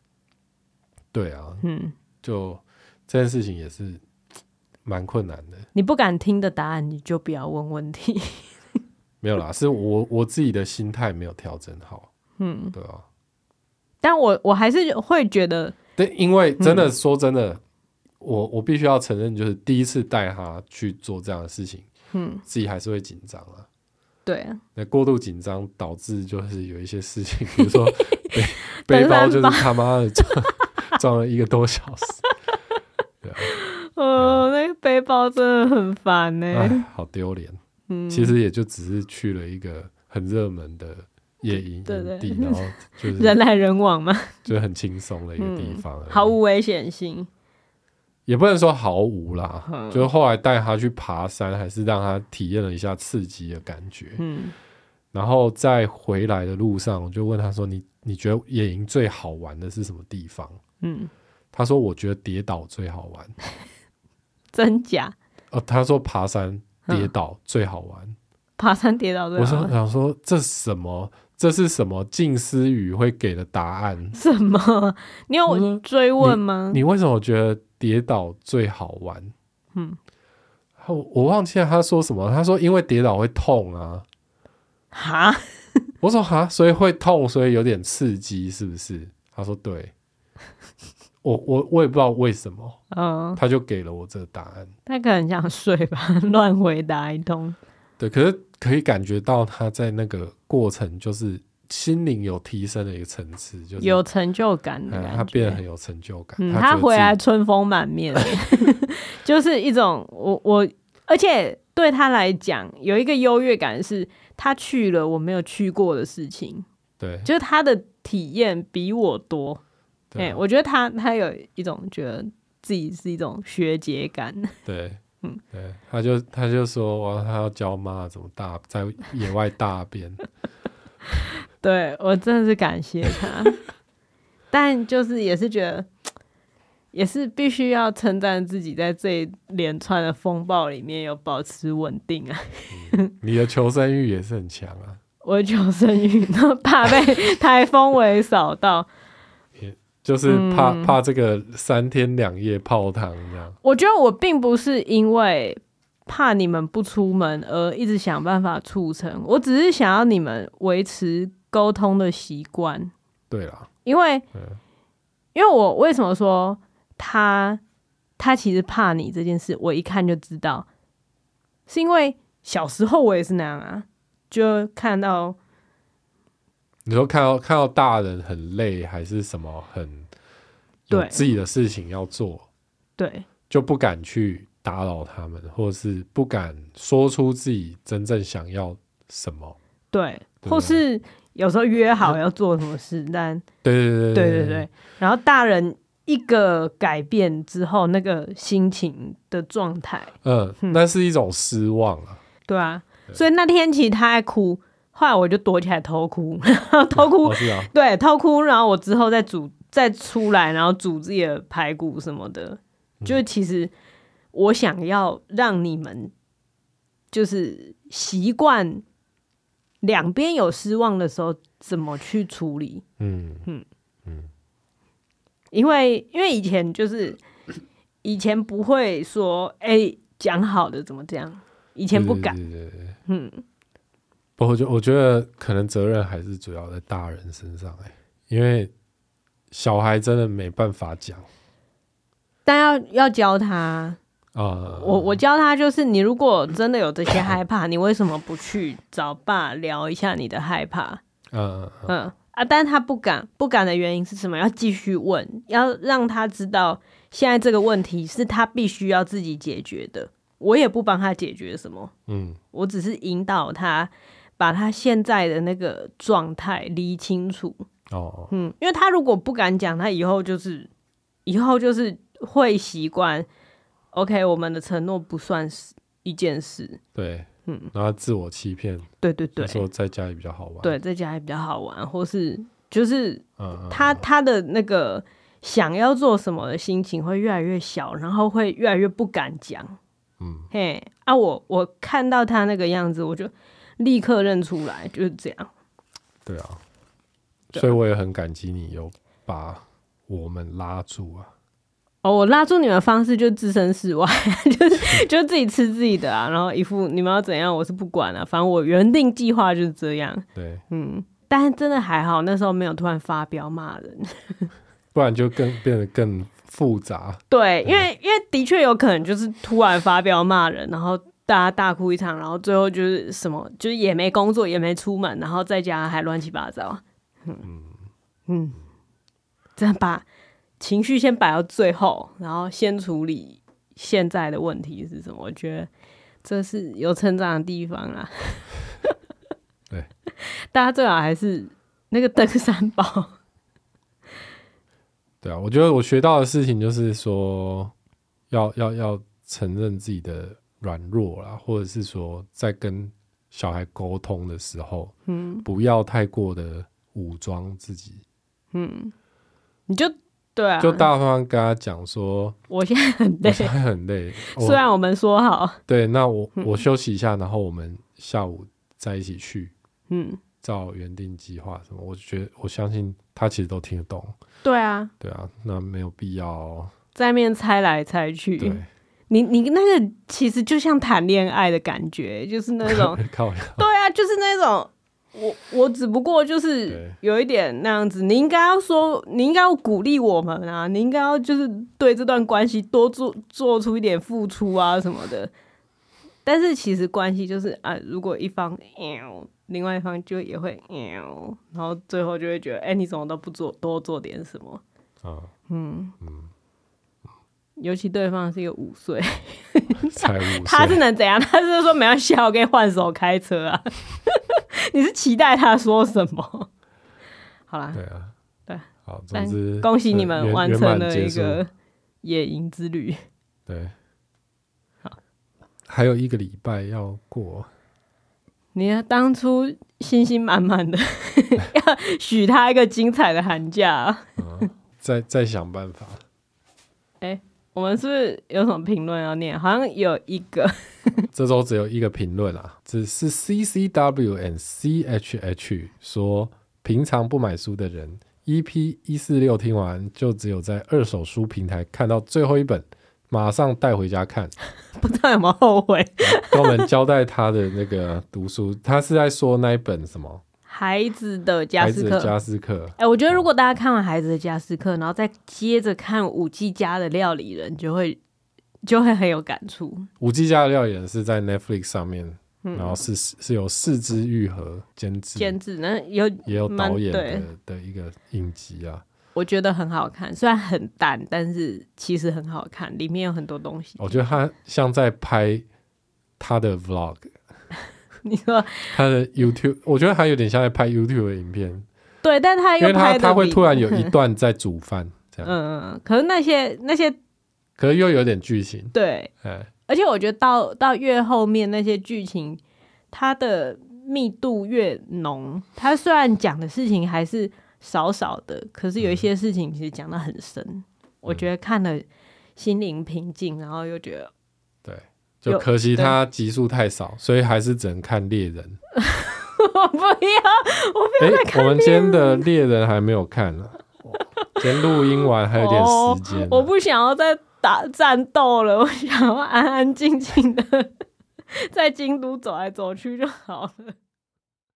S2: 对啊，
S3: 嗯，
S2: 就这件事情也是蛮困难的。
S3: 你不敢听的答案，你就不要问问题。 <laughs>
S2: 没有啦，是我我自己的心态没有调整好。嗯，对啊，
S3: 但我我还是会觉得，
S2: 对，因为真
S3: 嗯
S2: 的说真的，我我必须要承认，就是第一次带他去做这样的事情，
S3: 嗯，
S2: 自己还是会紧张啊。
S3: 对啊，
S2: 那过度紧张导致就是有一些事
S3: <laughs>
S2: 情，比如说背背
S3: 登
S2: 包
S3: 山
S2: 就是
S3: 包
S2: 他妈的撞 <laughs> 撞了一个多小
S3: <laughs>
S2: 时，
S3: 哦，那个背包真的很烦欸呢、
S2: 嗯哎，好丢脸。
S3: 嗯，
S2: 其实也就只是去了一个很热门的野营
S3: 对
S2: 营
S3: 对
S2: 地，然后就
S3: 人
S2: 是
S3: 来人往嘛，
S2: 就是很轻松的一个地
S3: 嗯
S2: 方而已，
S3: 毫无危险性。
S2: 也不能说毫无啦，
S3: 嗯
S2: 就是后来带他去爬山，还是让他体验了一下刺激的感觉。
S3: 嗯，
S2: 然后在回来的路上，我就问他说：“你你觉得野营最好玩的是什么地方
S3: 嗯，？”
S2: 他说：“我觉得跌倒最好玩。
S3: 真假？”
S2: 呃，他说爬山
S3: 嗯
S2: 跌倒最好玩。
S3: 爬山跌倒这
S2: 我说呃想说这什么？这是什么近思语会给的答案？
S3: 什么？你
S2: 我
S3: 有
S2: 说
S3: 追问吗？
S2: 你为什么觉得跌倒最好玩？
S3: 嗯，
S2: 我我忘记了他说什么。他说因为跌倒会痛啊。
S3: 哈，
S2: 我说哈，所以会痛，所以有点刺激，是不是？他说对。我我我也不知道为什么，
S3: 嗯，
S2: 他就给了我这个答案。
S3: 他可能想睡吧， <laughs> 乱回答一通。
S2: 对，可是可以感觉到他在那个过程就是心灵有提升的一个层次，就是
S3: 有成就感的
S2: 嗯
S3: 感觉，
S2: 他变得很有成就感。
S3: 嗯，
S2: 他觉
S3: 他
S2: 得
S3: 回来
S2: 自己
S3: 春风满面， <laughs> 就是一种我我，而且对他来讲有一个优越感是，他去了我没有去过的事情，
S2: 对
S3: 就是他的体验比我多。
S2: 对
S3: 哎、
S2: 啊
S3: 我觉得他他有一种觉得自己是一种学姐感，
S2: 对，
S3: 嗯
S2: 对，他就他就说，哇，他要教妈怎么大在野外大
S3: <laughs>
S2: 便，
S3: 对我真的是感谢他， <laughs> 但就是也是觉得，也是必须要称赞自己在这一连串的风暴里面有保持稳定啊。
S2: 你的求生欲也是很强啊。
S3: 我求生欲，然后怕被台风尾扫到。
S2: 就是
S3: 嗯
S2: 怕、怕这个三天两夜泡汤这样，
S3: 我觉得我并不是因为怕你们不出门而一直想办法促成，我只是想要你们维持沟通的习惯，
S2: 对啦，嗯
S3: 因为
S2: 对，
S3: 因为我为什么说他他其实怕你这件事，我一看就知道，是因为小时候我也是那样啊，就看到
S2: 你说看到看到大人很累还是什么很有
S3: 对
S2: 自己的事情要做，
S3: 对
S2: 就不敢去打扰他们，或是不敢说出自己真正想要什么。
S3: 对，
S2: 对
S3: 或是有时候约好要做什么事，但
S2: 对对对
S3: 对对对，然后大人一个改变之后，那个心情的状态，
S2: 嗯，那是一种失望啊。
S3: 对啊，所以那天其实他在哭，后来我就躲起来偷哭，然后偷哭
S2: 哦，，是啊，
S3: 对，偷哭，然后我之后再煮，再出来，然后煮自己的排骨什么的，就是其实我想要让你们就是习惯两边有失望的时候怎么去处理，
S2: 嗯
S3: 因为因为以前就是以前不会说，哎、讲好的怎么这样，以前不敢，
S2: 对对对对对，嗯，不过我觉我觉得可能责任还是主要在大人身上哎、因为小孩真的没办法讲
S3: 但要要教他，
S2: 啊、
S3: 我我教他就是，你如果真的有这些害怕，你为什么不去找爸聊一下你的害怕？
S2: 嗯嗯
S3: 嗯啊，但他不敢，不敢的原因是什么？要继续问，要让他知道现在这个问题是他必须要自己解决的，我也不帮他解决什么。
S2: 嗯
S3: 我只是引导他把他现在的那个状态理清楚。
S2: 哦
S3: 嗯，因为他如果不敢讲，他以后就是以后就是会习惯。OK，我们的承诺不算是一件事。
S2: 对，
S3: 嗯，
S2: 然后自我欺骗，
S3: 对对对，
S2: 说在家里比较好玩，
S3: 对，在家也比较好玩，或是就是
S2: 嗯，嗯
S3: 他他的那个想要做什么的心情会越来越小，然后会越来越不敢讲。
S2: 嗯，
S3: 嘿，啊我，我看到他那个样子，我就立刻认出来，就是这样。
S2: 对啊，
S3: 对
S2: 所以我也很感激你有把我们拉住啊，
S3: 哦，我拉住你们的方式就置身事外， <laughs> 就是就自己吃自己的啊，然后一副你们要怎样，我是不管了、啊反正我原定计划就是这样。
S2: 对，
S3: 嗯，但是真的还好，那时候没有突然发飙骂人。
S2: 不然就更变得更复杂，
S3: 对，
S2: 嗯
S3: 因为因为的确有可能就是突然发飙骂人，然后大家大哭一场，然后最后就是什么，就是也没工作，也没出门，然后在家还乱七八糟。嗯嗯，真的把情绪先摆到最后，然后先处理现在的问题是什么？我觉得这是有成长的地方啦。
S2: <laughs> 对，
S3: <laughs> 大家最好还是那个登山包。 <laughs>
S2: 对啊，我觉得我学到的事情就是说，要要要承认自己的软弱啦，或者是说，在跟小孩沟通的时候，嗯，不要太过的武装自己，
S3: 你就对啊，
S2: 就大方跟他讲说，
S3: 我现在很
S2: 我
S3: 累，
S2: 现在很
S3: <laughs>
S2: 累，我
S3: 虽然我们说好，
S2: 对，那我
S3: 嗯
S2: 我休息一下，然后我们下午再一起去
S3: 嗯，
S2: 照原定计划什么，我觉得我相信他其实都听得懂，
S3: 对啊，
S2: 对啊，那没有必要，
S3: 在面猜来猜
S2: 对
S3: 去，，你你那个其实就像谈恋爱的感觉，就是那
S2: <laughs>
S3: 种
S2: <laughs> 靠腰，
S3: 对啊，就是那种我我只不过就是
S2: 对
S3: 有一点那样子，你应该要说，你应该要鼓励我们啊，你应该要就是对这段关系多做做出一点付出啊什么的。但是其实关系就是啊，如果一方、呃另外一方就也会、呃然后最后就会觉得，哎、你怎么都不做，多做点什么？ <laughs>
S2: 啊，
S3: 尤其对方是一个五岁，
S2: 才五
S3: 他是
S2: 岁，
S3: 能怎样？ <laughs> 他是说没关系啊，我可以换手开车啊。 <laughs> 你是期待他说什么？ <laughs> 好啦，
S2: 对啊，
S3: <laughs> 对，
S2: 好，总
S3: 但
S2: 之
S3: 恭喜
S2: 呃
S3: 你们
S2: 圆
S3: 完
S2: 圆
S3: 成
S2: 满
S3: 了
S2: 结
S3: 一
S2: 束
S3: 个野营之旅。
S2: 对
S3: 好，
S2: 还有一个礼拜要过，
S3: 你当初信心满满的 <laughs> 要许他一个精彩的寒假，啊
S2: 再再想办法。
S3: 我们是不是有什么评论要念？好像有一个， <laughs>
S2: 这周只有一个评论啊，只是 C C W and C H H 说，平常不买书的人，EP 一四六听完就只有在二手书平台看到最后一本，马上带回家
S3: <laughs>
S2: 看。
S3: 不知道有没有后悔？
S2: 跟我们交代他的那个读书，他是在说那一本什么
S3: 孩子的
S2: 《
S3: 家
S2: 孩
S3: 事
S2: 子
S3: 课
S2: 的，加斯克》。
S3: 哎、我觉得如果大家看完《孩子的家事课》，然后再接着看《五 G 家的料理人》，就会就会很有感触。
S2: 五 G 家的料理人是在 Netflix 上面，然后是是有四肢愈合监制，
S3: 嗯监制那有，
S2: 也有
S3: 蛮
S2: 导演
S3: 对
S2: 的的一个影集啊。
S3: 我觉得很好看，虽然很淡，但是其实很好看，里面有很多东西。 <laughs>
S2: 我觉得他像在拍他的 vlog，
S3: 你说
S2: 他的 YouTube，我觉得他有点像在拍 YouTube 的影片，
S3: 对，但他
S2: 因
S3: 又
S2: 为他
S3: 拍的
S2: 他会突然有一段在煮
S3: <laughs>
S2: 饭这样，
S3: 嗯嗯，嗯可是那些那些
S2: 可是又有点剧情，
S3: 对，
S2: 哎，
S3: 而且我觉得到到越后面那些剧情，它的密度越浓。它虽然讲的事情还是少少的，可是有一些事情其实讲的很深。我觉得看了心灵平静，然后又觉得 <laughs>
S2: 对，
S3: 有
S2: 就可惜他集数太少，所以还是只能看猎人。
S3: 我不要，
S2: 哎，我们今天的猎人还没有看呢，今天录音完还有点时间啊，
S3: 哦我不想要再打战斗了，我 <laughs> 想要安安静静的在京都走来走去就好了。